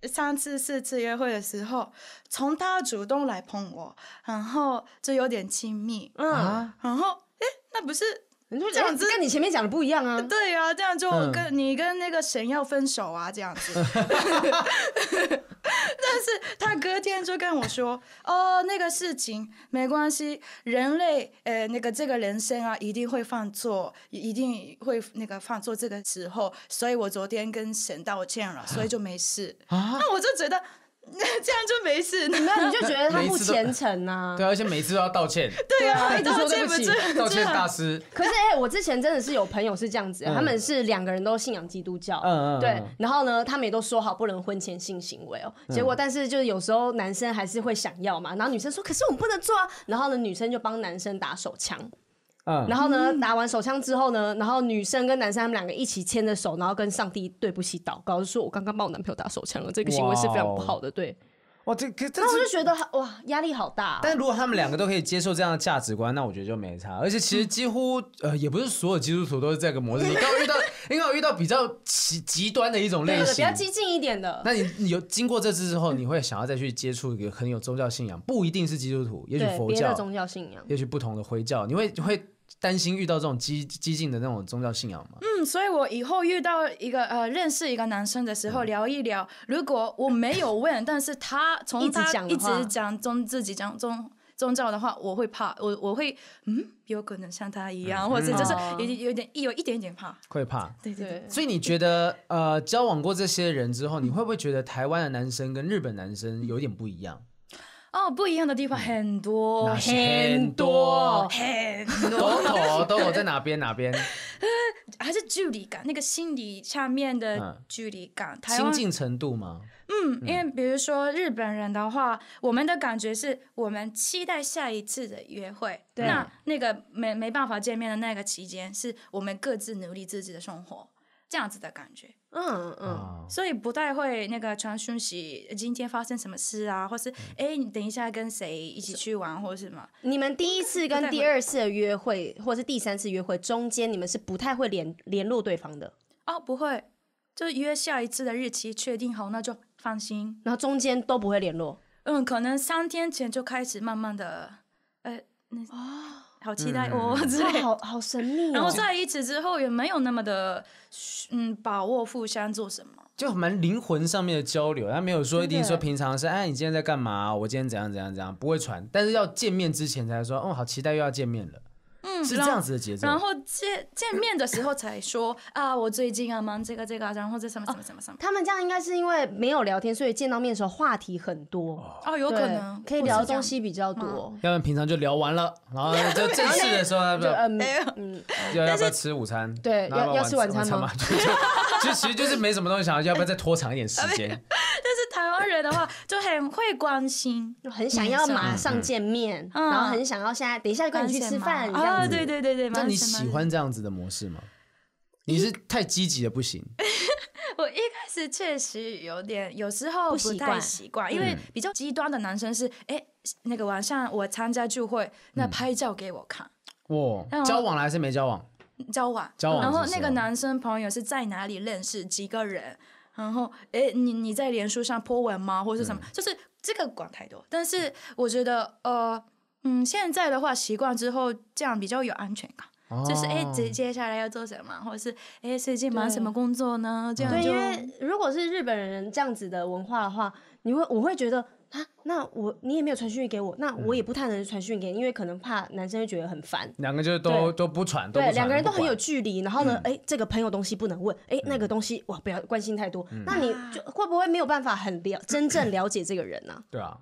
C: 三次、四次约会的时候，从他主动来碰我，然后就有点亲密，
B: 啊
A: 嗯，
C: 然后诶，那不是
A: 你就
C: 这样子
A: 跟你前面讲的不一样 [LAUGHS] 啊。
C: 对啊？这样就跟、
A: 嗯
C: 你跟那个神要分手啊，这样子。 [LAUGHS] 但是他隔天就跟我说：“哦，那个事情没关系，人类呃，那个这个人生啊，一定会犯错，一定会那个犯错这个时候，所以我昨天跟神道歉了，所以就没事。
A: 啊
C: [LAUGHS] 那我就觉得这样就没事，
A: 没有，你就觉得他
B: 每一
A: 不
B: 次都
A: 虔诚啊。
B: 对，而且每次都要道歉，
A: 对
C: [LAUGHS]
A: 啊，
C: 道
A: 说
C: 歉
A: 对不
C: 不
A: 起
C: 是。
B: 道歉大师，
A: 可是哎、我之前真的是有朋友是这样子，他们是两个人都信仰基督教，
B: 嗯嗯嗯嗯
A: 对
B: 嗯，
A: 然后呢，他们也都说好不能婚前性行为哦、结果但是就是有时候男生还是会想要嘛，然后女生说可是我们不能做啊，然后呢女生就帮男生打手枪，
B: 嗯，
A: 然后呢打完手枪之后呢，然后女生跟男生他们两个一起牵着手，然后跟上帝对不起祷告，就说我刚刚帮我男朋友打手枪了，这个行为是非常不好的，对，
B: 哇，哦这可这
A: 然后我
B: 是
A: 就觉得哇压力好大、啊
B: 但如果他们两个都可以接受这样的 [LAUGHS] 价值观，那我觉得就没差。而且其实几乎呃，也不是所有基督徒都是这个模式。你刚遇到因为我遇到比较极极端的一种类
A: 对对，比
B: 型
A: 较。激进一点的。
B: 那你你有经过这次之后，你会想要再去接触一个很有宗教信仰，不一定是基督徒，也许
A: 对
B: 佛
A: 别的
B: 教，
A: 宗教信仰，
B: 也许不同的回教，你会会担心遇到这种激激进的那种宗教信仰吗？
C: 嗯，所以我以后遇到一个呃认识一个男生的时
A: 嗯
C: 候聊一聊，如果我没有问，但是他
A: 一
C: 从
A: 直
C: 他
A: 讲的
C: 一直
A: 话
C: 讲宗自己讲宗宗教的话，我会怕，我我会嗯，有可能像他一样，或者就是
A: 哦
C: 有有点有一点点怕，
B: 会怕。
C: 对对对。
A: 对，
B: 所以你觉得，呃，交往过这些人之后，你会不会觉得台湾的男生跟日本男生有点不一样？
C: 哦，不一样的地
A: 嗯
C: 方很多，
B: 那很多
C: 哦很
B: 都口都口在哪边哪边？
C: 还是距离感，那个心理下面的
B: 嗯
C: 距离感。台
B: 亲
C: 湾
B: 近程度吗？
C: 嗯，因为比如说日本人的话，我们的感觉是我们期待下一次的约会。
A: 对
C: 那那个没没办法见面的那个期间，是我们各自努力自己的生活，这样子的感觉。
A: 嗯嗯，
B: 啊，
C: 所以不太会那个传讯息，今天发生什么事啊，或是哎、诶你等一下跟谁一起去玩，或是什么。
A: 你们第一次
C: 不
A: 跟
C: 太
A: 第
C: 会
A: 二次的约会，或是第三次约会中间，你们是不太会联联络对方的。
C: 哦，不会，就约下一次的日期确定好，那就放心。
A: 然后中间都不会联络，
C: 嗯，可能三天前就开始慢慢的，呃，那好期待哦、 [LAUGHS] 之
A: 哇
C: 类。
A: 好好神秘哦。
B: 嗯
C: 然后在一起之后也没有那么的，嗯，把握互相做什么。
B: 就蛮灵魂上面的交流，他没有说一定
A: 真的
B: 说平常是哎，你今天在干嘛？我今天怎样怎样怎样，不会传，但是要见面之前才说，哦，好期待又要见面了，
C: 嗯，
B: 是这
C: 然后
B: 样子的节奏。
C: 然后见见面的时候才说啊，我最近啊忙这个这个啊，然后这什么什么什么什么。
A: 他们这样应该是因为没有聊天，所以见到面的时候话题很多，
C: 哦，有
A: 对
C: 可能
A: 可以聊的东。西比较多。
B: 要不然平常就聊完了，
A: [LAUGHS]
B: 然后就正式的说要不
A: 就
B: 要
A: 嗯嗯，
B: 要要不要吃午餐？
A: 对
B: 然
A: 要
B: 后要
A: 要吃
B: 晚
A: 晚餐吗
B: 嘛？就 [LAUGHS] 就就其实就是没什么东西想要，要不要再拖长一点时
A: [LAUGHS]
B: 间？
C: 是 [LAUGHS] 这样但是台湾人的话就很会关心，
A: 就很想要马上见面，
C: 嗯
A: 然后很想要现在等一下 [LAUGHS] 跟你去吃饭这
C: 啊，
A: 样子。
C: 对对对对。
B: 那你
C: 蛮什么
B: 喜欢这样子的模式吗？你是太积极的不行，
C: [LAUGHS] 我一开始确实有点，有时候
A: 不
C: 不
A: 习
C: 太
A: 惯
C: 习惯，
B: 嗯
C: 因为比较极端的男生是，哎、那个晚上我参加聚会，
B: 嗯
C: 那拍照给我看，
B: 哇，
C: 我
B: 交往了还是没交往？
C: 交往，
B: 交往
C: 然后
B: 是啊什
C: 那
B: 么
C: 个男生朋友是在哪里认识几个人，然后，哎，你你在脸书上 po 文吗，或者是
B: 嗯
C: 什么，就是这个管太多，但是我觉得，呃，嗯，现在的话习惯之后，这样比较有安全感。就是哎，
B: 哦
C: 接、接下来要做什么，或者是哎，最近忙什么工作呢？这样
A: 对，
C: 就
A: 因为如果是日本人这样子的文化的话，你会我会觉得啊，那我你也没有传讯息给我，那我也
B: 嗯
A: 不太能传讯息给你，因为可能怕男生会觉得很烦。
B: 两个就是都
A: 对
B: 都不传，不
A: 对，
B: 传
A: 两个人
B: 不
A: 都很
B: 管嗯
A: 有距离，然后呢，哎、这个朋友东西不能问，哎、那个东西哇，不要关心太
B: 嗯
A: 多，那你就会不会没有办法很了真正了解这个人呢、
B: 对啊，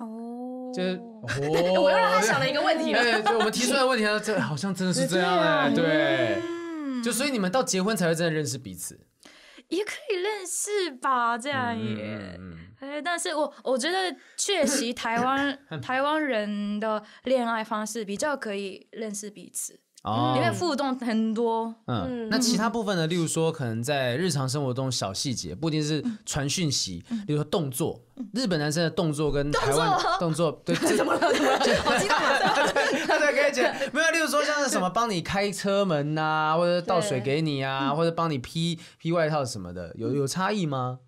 C: 哦，
B: 就是哦，我又让他想了一个问 [LAUGHS] 题，对，就我们提出来的问题，他说这好像真的是这样哎，对，就所以你们到结婚才会真的认识彼此，
C: 也可以认识吧，
B: 嗯
C: 这样也。哎，但是我我觉得确实台
B: [COUGHS]
C: 湾台湾人的恋爱方式比较可以认识彼此，因为
B: 哦，
C: 互动很多。
B: 嗯，那其他部分呢？例如说，可能在日常生活中小细节，不一定是传讯息，例如说动作，日本男生的动作跟台湾的嗯动作， [LAUGHS] 对，这怎么了？怎么了？好激动啊！ [LAUGHS] 他在跟你讲，没有，例如说像是什么帮你开车门呐，或者倒水给你啊，或者帮你披披外套什么的，有有差异吗？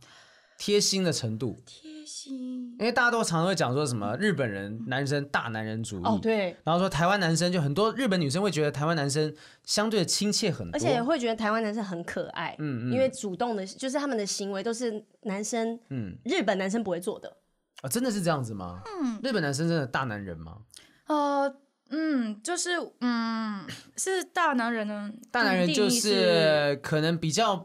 B: 贴心的程度，
C: 贴心，
B: 因为大家都常会讲说什么日本人男生大男人主义，
A: 哦，对，
B: 然后说台湾男生就很多日本女生会觉得台湾男生相对的亲切很多，
A: 而且会觉得台湾男生很可爱，嗯因为主动的，就是他们的行为都是男生，嗯，日本男生不会做的，
B: 啊，真的是这样子吗？
A: 嗯
B: 日本男生真的大男人吗？
C: 呃，嗯，就是嗯，是大男人呢，
B: 大男人
C: 定义
B: 就是是可能比较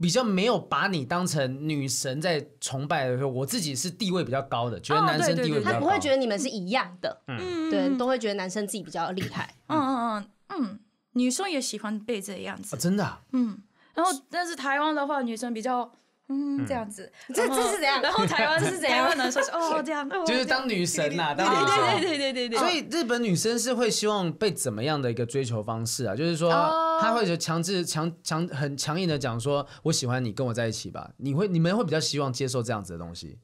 B: 比较没有把你当成女神在崇拜的时候，我自己是地位比较高的，觉得
C: 哦
B: 男生
C: 对对
B: 地位
C: 对
B: 比较
A: 他
B: 高。
A: 不会觉得你们是一样的，
C: 嗯，
A: 对，都会觉得男生自己比较厉害。
C: 嗯嗯嗯嗯，女生也喜欢被这样子
B: 啊，，真的啊、
C: 嗯，然后但是台湾的话，女生比较嗯这样子，
A: 这
C: 然后
A: 这是怎样
C: 然后台湾是怎样？
A: [LAUGHS]
C: 台湾男生是哦这样，哦
B: 嗯就是当女神呐、
C: 这
B: 当
C: 样
B: 女神。啊
C: 对对对对对对对，
B: 所以日本女生是会希望被怎么样的一个追求方式啊？就是说，
C: 哦
B: 她会强制强强很强硬的讲说，我喜欢你，跟我在一起吧。你会你们会比较希望接受这样子的东西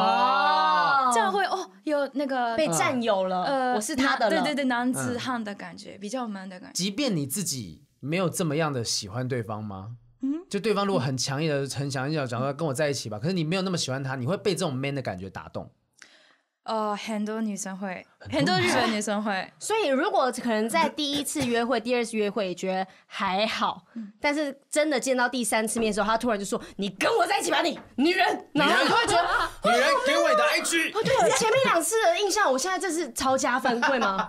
B: 哦。
C: 这样会哦有那个
A: 被占有了，
C: 呃
A: 我是他的了，
B: 嗯
C: 对对对，男子汉的感觉，比较 man 的感觉。
B: 即便你自己没有这么样的喜欢对方吗？
C: 嗯
B: 就对方如果很强烈的、很强烈的讲说跟我在一起吧，可是你没有那么喜欢他，你会被这种 man 的感觉打动。
C: 哦，很多女生会，很多日本女生会，
A: 所以如果可能在第一次约会、 [LAUGHS] 第二次约会觉得还好，
C: 嗯
A: 但是真的见到第三次面的时候，他突然就说：“你跟我在一起吧，你女人。”然后你就会觉得，
B: 女人给我你的 IG，
C: [LAUGHS]
A: 哦，对，我前面两次的印象，我现在这是超加分，会
C: [LAUGHS]
A: 吗？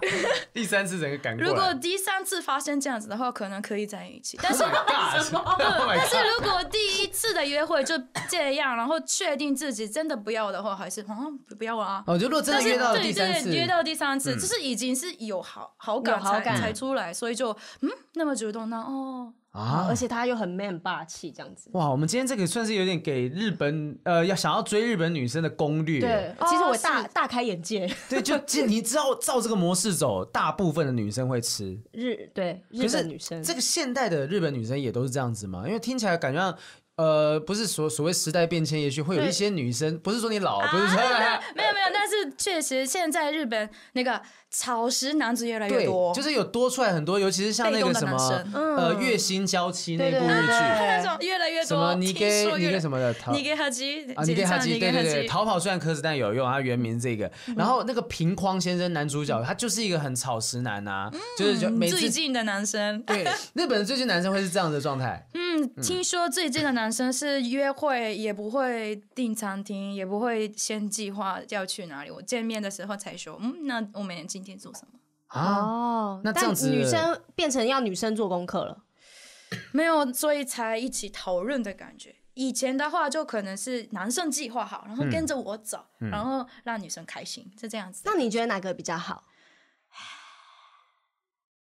B: 第三次整个感，Oh
C: 如果第三次发生这样子的话，可能可以在一起。但是，
B: Oh
A: [LAUGHS]
B: 但
C: 但是如果第一次的约会就这样，然后确定自己真的不要的话，还是嗯不要啊。
B: 哦，就如果真
C: 但
B: 的
C: 是
B: 约到了第
C: 对
B: 三次嗯
C: 对，，约到第三次，就是已经是有好好感
A: 有好
C: 才
A: 感
C: 才出来，所以就嗯那么主动那哦，
B: 啊
A: 而，且他又很 man 霸气，这样子。
B: 哇，我们今天这个算是有点给日本呃要想要追日本女生的攻略。
A: 对，其实我
C: 哦
A: 大大开眼界，
B: 对，就就你知道照这个模式走，大部分的女生会吃。
A: 日对
B: 可
A: 日
B: 是
A: 本女生
B: 这个现代的日本女生也都是这样子嘛？因为听起来感觉上，呃，不是所所谓时代变迁，也许会有一些女生，不是说你老，不是说、 [LAUGHS]
C: 没有没有，但是确实现在日本那个草食男子越来 [LAUGHS] 越
B: 对，
C: 多，
B: 就是有多出来很多，尤其是像那个
C: 被动的
B: 什么
C: 男生嗯
B: 呃月薪娇妻那部
A: 对对
B: 日剧，
C: 那种越来越多，
B: 什么你
C: 听
B: 给
C: 说
B: 你
C: 越
B: 给
C: 来
B: 什么的逃
C: 你给哈基
B: 啊，你给哈基，对对对，
C: 逃
B: 逃跑虽然可耻但有用，他原名这
C: 嗯
B: 个。然后那个平匡先生男主角，他就是一个很草食男呐，就是就每次
C: 嗯最近的男生，
B: 对日本最近男生会是这样的状态。
C: [LAUGHS] 嗯，听说最近的男生是约会也不会订餐厅，也不会先计划要去哪里，我见面的时候才说，嗯，那我们今天做什么？
B: 啊，
A: 哦
B: 那这样子
A: 但女生变成要女生做功课了，
C: 没有，所以才一起讨论的感觉。以前的话，就可能是男生计划好，然后跟着我走，然后让女生开心，是这样子。
A: 那你觉得哪个比较好？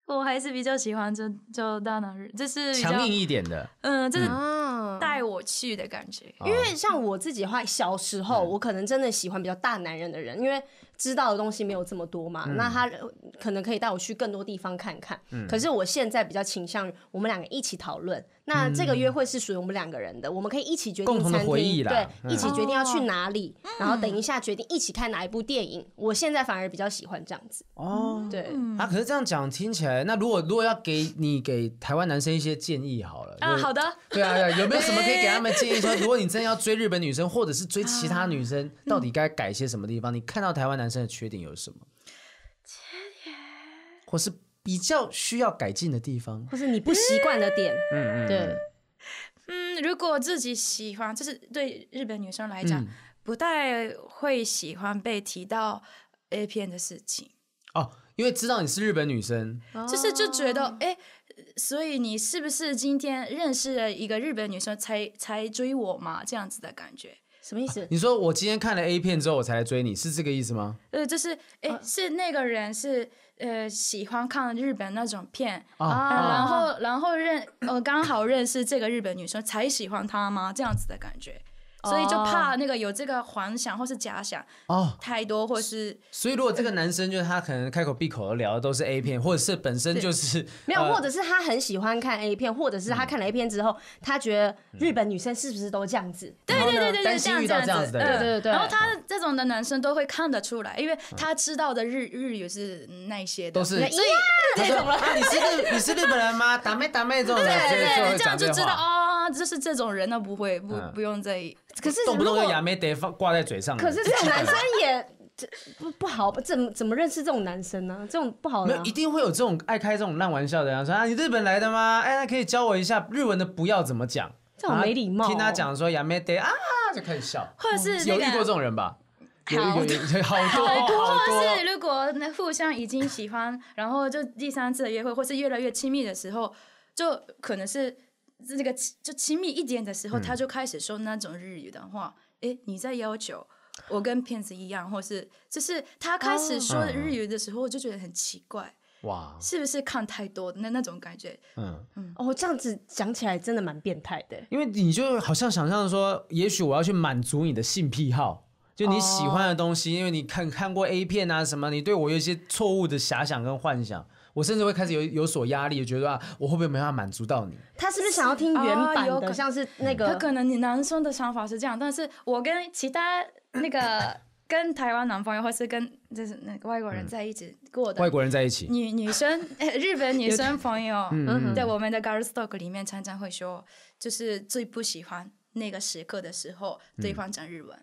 C: 我还是比较喜欢就就大男人，就是比较
B: 强硬一点的，
C: 嗯，就是
A: 啊，
C: 带我去的感觉。
A: 因为像我自己的话，小时候
B: 嗯
A: 我可能真的喜欢比较大男人的人，因为知道的东西没有这么多嘛，
B: 嗯
A: 那他可能可以带我去更多地方看看。可是我现在比较倾向于我们两个一起讨论，那这个约会是属于我们两个人的，我们可以一起决
B: 嗯共
A: 定
B: 同的
A: 餐
B: 回忆
A: 厅，
B: 啦
A: 对，
B: 嗯
A: 一起决定要去哪里，然后等一下决定一起看哪一部电影。我现在反而比较喜欢这样子，
B: 哦。
A: 对。
C: 嗯
B: 啊，可是这样讲听起来，那如果如果要给你给台湾男生一些建议好了
C: 啊，好。
B: 就是
C: 的，
B: 对啊，对啊有没有什么可以给他们建
C: [LAUGHS]
B: 议？说，如果你真的要追日本女生，或者是追其他女
C: 啊
B: 生，
C: 嗯
B: 到底该改些什么地方？你看到台湾男生的缺点有什么？缺点，或是比较需要改进的地方？
A: 或是你不习惯的点，嗯嗯，对，
C: 嗯，如果自己喜欢，就是对日本女生来讲，不太会喜欢被提到 A 片的事情，
B: 哦，因为知道你是日本女生，
C: 就是就觉得哎。所以你是不是今天认识了一个日本女生才才追我嘛？这样子的感觉，
A: 什么意思？
B: 你说我今天看了 A 片之后我才来追你，是这个意思吗？
C: 呃，就是哎、是那个人是呃喜欢看日本那种片，
B: 啊，
C: 啊，然后然后认呃刚好认识这个日本女生才喜欢她吗？这样子的感觉，所以就怕那个有这个幻想或是假想
B: 哦，
C: 太多，或是
B: 所以，如果这个男生就是他，可能开口闭口的聊的都是 A 片，或者是本身就是
A: 没有，
B: 呃嗯
A: 或者是他很喜欢看 A 片，或者是他看了 A 片之后，他觉得日本女生是不是都这样子？
C: 对对对对
B: 担
C: 对，这
B: 心
C: 样
B: 遇
C: 这
B: 到
C: 样
B: 这样子的人
C: 嗯
A: 对对对
C: 然后他这种的男生都会看得出来，因为他知道的日日语是那些的，
B: 都是
A: 所以
B: 他说啊，你是日你是日本人吗？打妹打妹这种人，
C: 对
B: 就会
C: 对，这
B: 讲
C: 样就
B: 这
C: 知道
B: 话，
C: 啊，就是这种人呢不会不
B: 嗯
C: 不用在意，
A: 可是
B: 动不
A: 如
B: 动
A: 果
B: 就亚美得放挂在嘴上。
A: 可是这种男生也这不不好，怎么怎么认识这种男生呢？这种不好
B: 没
A: 的啊
B: 有，一定会有这种爱开这种烂玩笑的人说啊，你日本来的吗？哎，那可以教我一下日文的不要怎么讲。
A: 这好没礼貌哦
B: 啊听他讲说亚美得啊，就开始笑。嗯
C: 或者是
B: 有
C: 那
B: 遇过这
C: 个。
B: 种人吧？有
C: 好
B: 有
A: [LAUGHS]
B: 有，好多
C: 哦
B: 好
C: 或
B: 多。
C: 是如果那互相已经喜欢，然后就第三次的约会，或是越来越亲密的时候，就可能是这个亲就亲密一点的
B: 嗯
C: 时候，他就开始说那种日语的话，诶，你在要求。我跟骗子一样，或是就是他开始说
B: 哦
C: 日语的时候，我就觉得很奇怪，
B: 哇，
C: 是不是看太多的那那种感觉？
B: 嗯。
A: 哦，这样子讲起来真的蛮变态的。
B: 因为你就好像想象说，也许我要去满足你的性癖好，就你喜欢的东西，因为你看看过 A 片啊什么，你对我有一些错误的遐想跟幻想，我甚至会开始有有所压力，觉得啊，我会不会没办法满足到你？
A: 他是不是想要听原
C: 啊
A: 版
C: 有可
A: 的？像是那
C: 他
A: 个
C: 可能你男生的想法是这样，但是我跟其他那个 [COUGHS] 跟台湾男朋友或是跟就是那个外国人在一起过的
B: 外国人在一起，
C: 女女生， [COUGHS] 呃日本女生朋友，
B: 嗯
C: 在我们的 Girl Talk 里面常常会说，就是最不喜欢那个时刻的时候，对方讲日文，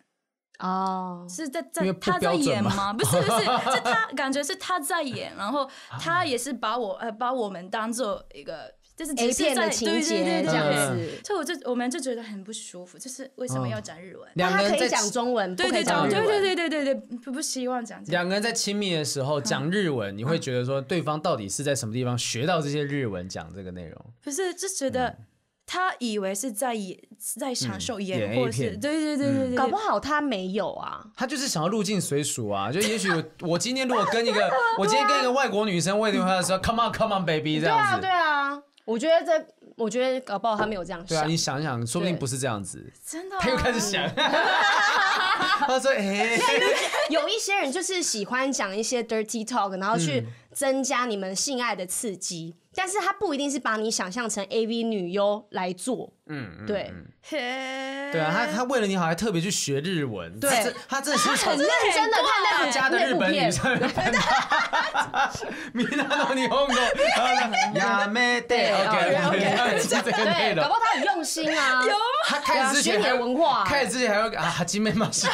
A: 哦，
C: 是在
B: 嗯因为
C: 在
B: 不
C: 他在
B: 标准
C: 演
B: 嘛 [LAUGHS]
C: 吗？不是不是，是他感觉是他在演，然后
B: 啊
C: 他也是把我呃把我们当做一个就是只
A: A
C: 是
A: 片
C: 在
A: 的情
C: 对对
A: 节
C: 对
A: 这
C: 对
B: 嗯
A: 样
C: 对
A: 子。
C: 所以我就我们就觉得很不舒服，就是为什么要讲日文？
B: 两个
A: 他
B: 人
A: 可
B: 在
A: 以讲中文，
C: 对
A: 不可
C: 对
A: 以
C: 对
A: 讲
C: 对
A: 日文
C: 对对对对对，不不希望讲这样。
B: 两个人在亲密的时候讲日文，你会觉得说对方到底是在什么地方学到这些日文讲这个内容？
C: 不是就觉得
B: 嗯
C: 他以为是在演在享受
B: 演
C: 演，
B: A
C: 或是
B: 片嗯
C: 对对对对对，
A: 搞不好他没有啊，
B: [LAUGHS] 他就是想要入境随俗啊，就也许我我今天如果跟一个 [LAUGHS] 我今天跟一个外国女生，我也定会说 come on come on baby 这
A: 对
B: 样
A: 啊
B: 子
A: 对。啊，我觉得这，我觉得搞不好他没有这样
B: 对啊，
A: 想
B: 你。想一想，说不定不是这样子。
C: 真的啊
B: 他又开
A: [LAUGHS]
B: 始想，他 [LAUGHS] 说：“哎、
A: 有一些人就是喜欢讲一些 dirty talk，然后去
B: 嗯
A: 增加你们性爱的刺激，但是他不一定是把你想象成 AV 女优来做。嗯，对，
C: 嘿
B: 对啊，他他为了你好，还特别去学日文。
A: 对
B: 他这他这是从
A: 很认真的看
B: 家
A: 那部
B: 的
A: 那
B: 日
A: 部
B: 本女
A: 片，
B: 生。米娜诺尼红 [LAUGHS] 狗，
A: 啊
B: 亚美德，OK OK，记这个内
A: 对，搞
B: 容
A: 不。好他很用心 [LAUGHS] 啊。
B: 他
A: 对
B: 开
A: 啊，
B: 始之
A: 学
B: 前
A: 你
B: 还
A: 的文化，
B: 开始之前还会啊，金妹嘛
A: [LAUGHS]
B: 是，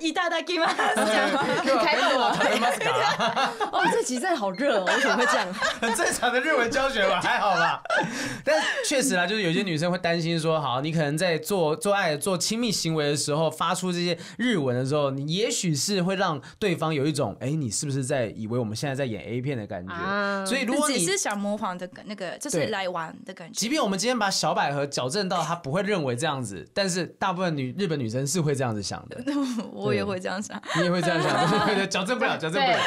C: 一大大 g a
A: 开动
B: 我
A: 了。
B: 他妈是嘎，
A: 哦，这集真的好热哦，为什么会这
B: [LAUGHS]
A: 样？
B: 很正常的日文教学吧，还好吧。但确实啦，就是有些女生会担心说，好，你可能在做做爱、做亲密行为的时候，发出这些日文的时候，你也许是会让对方有一种，哎，你是不是在以为我们现在在演 A 片的感觉？
A: 啊
B: 所以如果
C: 只
B: 你
C: 是想模仿的感那个，就是
B: 对
C: 来玩的感
B: 即
C: 觉。
B: 便我们今天把小百合矫正到她不会认为这样子，但是大部分女日本女生是会这样子想的，
C: [LAUGHS] 我也会这样想，
B: 你也会这样想，对 [LAUGHS] 对，矫正不了，矫正不了，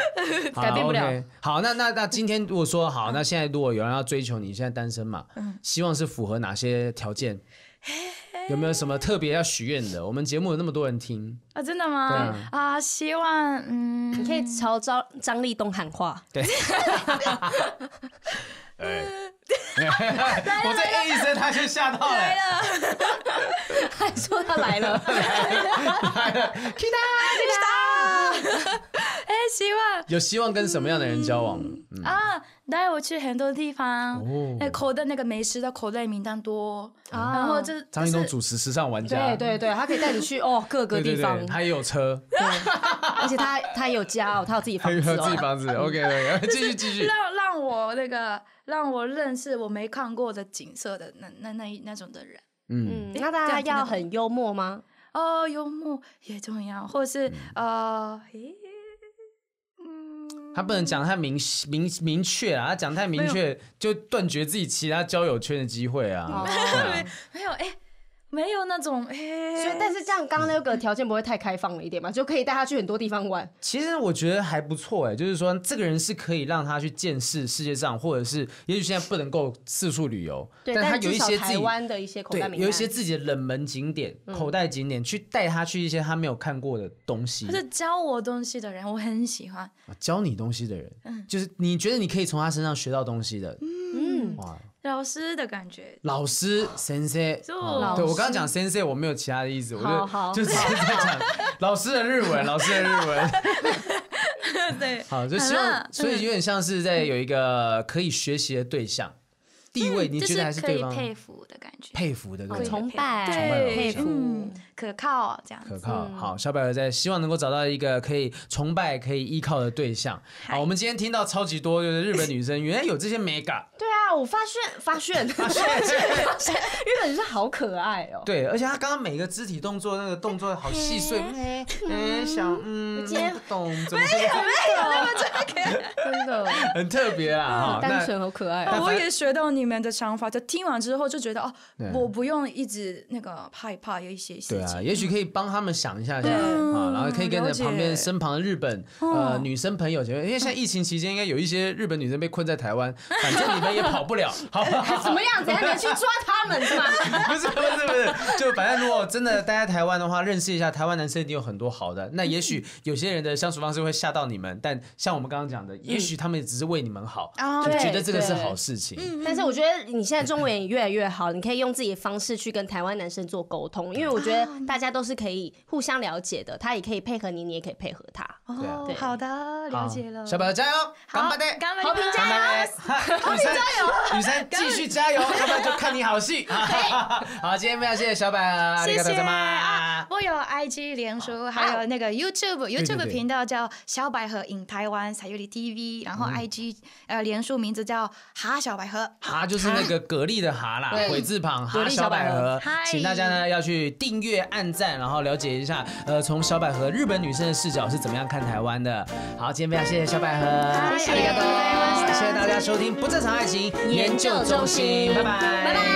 B: 好
A: 改变不了
B: OK 好，那那那今天如果说好，那现在如果有人要追求你，现在单身嘛，
A: 嗯
B: 希望是符合哪些条件？有没有什么特别要许愿的？我们节目有那么多人听，嗯
C: 啊，真的
A: 嗯
C: 吗
B: 对？
C: 啊，希望
B: [LAUGHS]
C: 嗯，
A: 你可以朝张张立东喊话， [LAUGHS]
E: 哎，
B: 我再 A 一声，他就吓到了。
A: 还说 [LAUGHS] 他来
B: [LAUGHS]
A: 了，
C: 哎，希望
B: 有希望跟什么样的人交往？嗯
C: 啊，带我去很多地方
B: 哦，啊
C: 那口袋那个美食的口袋名单多，然后就
B: 张云
C: 就
B: 东
C: 是
B: 主持时尚玩家，
A: 对对对，他可以带你去哦各个
B: 对
A: 地
B: 对
A: 方
B: 对，，他也有车，
A: 而且他他有家哦，他有自己
B: [LAUGHS] 他
A: 房
B: 也
A: 子
B: 有自己
A: 哦。[LAUGHS]
B: 房子。OK，OK，继续继续。
C: 让让我那个让我认识我没看过的景色的那那那一那种的人。
B: 嗯，
A: 嗯，那大家要很幽默吗？
C: 哦，幽默也重要，或
B: 嗯
C: 是、呃，诶嗯，
B: 他不能讲太明明明确啊，他讲太明确就断绝自己其他交友圈的机会啊。
A: 哦
B: 对啊
C: 没有哎、没有那种哎，
A: 所以，但是这样刚刚那个条件不会太开放了一点嘛，就可以带他去很多地方玩。
B: 其实我觉得还不错哎、就是说这个人是可以让他去见识世界上，或者是也许现在不能够四处旅游，
A: 对，
B: 但他
A: 但
B: 有一
A: 至少
B: 些自
A: 台
B: 己
A: 湾的一些口
B: 对
A: 袋名单，嗯
B: 有一些自己的冷门景点、口袋景点，去带他去一些他没有看过的东西
C: 或，是教我东西的人，我很喜欢。
B: 啊教你东西的人，就是你觉得你可以从他身上学到东西的，
A: 嗯，
B: 哇，
C: 老师的感觉，
B: 老师 sensei，
C: 就
B: 哦对我刚刚讲 sensei，我没有其他的意思，
A: 好
B: 我
A: 好
B: [LAUGHS] 就就只是在
C: [LAUGHS]
B: 讲老师的日文，老师的日文。
C: 对，
B: [LAUGHS] 好，就希
C: 好嗯
B: 望
C: 了，
B: 所以有点像是在有一个可以学习的对象，地位，你
C: 嗯就
B: 觉得还是
C: 是可
B: 对
C: 以
B: 方
C: 佩服的感觉，哦
B: 佩服的，对不对？
A: 崇拜，
C: 对
A: 佩
B: 佩
A: 服
B: 服，
C: 嗯，可靠这样
B: 可
C: 子。
B: 靠。好，小百合在希望能够找到一个可以崇拜、可以依靠的对象。好，我们今天听到超级多就是日本女生，原来有这些美感。
A: 对啊，我发现发 [LAUGHS] 现发现发现，日本人是好可爱哦。
B: 对，而且她刚刚每个肢体动作，那个动作好细碎，嗯，嗯想，嗯，
A: 今天
B: 不懂，怎么没有
A: 真的，
B: [LAUGHS] 很特别啊，哈，
A: 嗯单
B: 那
A: 纯好可爱哦。
C: 啊我也学到你们的想法，就听完之后就觉得哦
B: 对，
C: 我不用一直那个害怕有一些事
B: 对
C: 情。
B: 啊，也许可以帮他们想一下下啊，
C: 嗯
B: 然后可以跟着
C: 了解
B: 旁边身旁的日本
A: 哦
B: 呃女生朋友，因为现在疫情期间应该有一些日本女生被困在台湾，反正你们也跑不了，好不好？
A: 怎么样？怎样？你要去抓他们是吗？
B: 不是不是不是，就反正如果真的待在台湾的话，认识一下台湾男生一定有很多好的。那也许有些人的相处方式会吓到你们，但像我们刚刚讲的，也许他们只是为你们好，
C: 哦
B: 就觉
A: 对
B: 得这个是
A: 对
B: 好事情。
A: 但是我觉得你现在中文也越来越好，你可以用自己的方式去跟台湾男生做沟通，因为我觉得大家都是可以互相了解的，他也可以配合你，你也可以配合他。
B: 对啊
C: 哦
A: 对，
C: 好的，了解了。
B: 小宝加油，干巴的，
C: 干杯！
A: 好评加
B: 干巴的，雨珊加油，雨珊继续加
C: [LAUGHS]
B: 油，要不然就看你好戏。 [LAUGHS] 好，今天非常谢谢小宝，
C: 谢谢啊
B: 吗？！
C: 我有 IG、脸书，还有那个 YouTube，YouTube
B: 哦对
C: 频道叫小百合 in 台湾才有 i TV，然后
B: 嗯
C: IG 呃脸书名字叫哈小百合。
B: 蛤就是那个蛤蜊的蛤啦，
A: 对
B: 鬼字旁，
A: 蛤
B: 蛤
A: 蜊
B: 小百合
C: 小百合。
B: 请大家呢要去订阅、按赞，然后了解一下，呃，从小百合日本女生的视角是怎么样看台湾的。好，今天非常谢谢小百合，
C: 谢谢
B: ありがとうございました
C: ありがとうございました
B: 谢谢大家收听《不正常爱情研究中心》，拜拜，
A: 拜拜。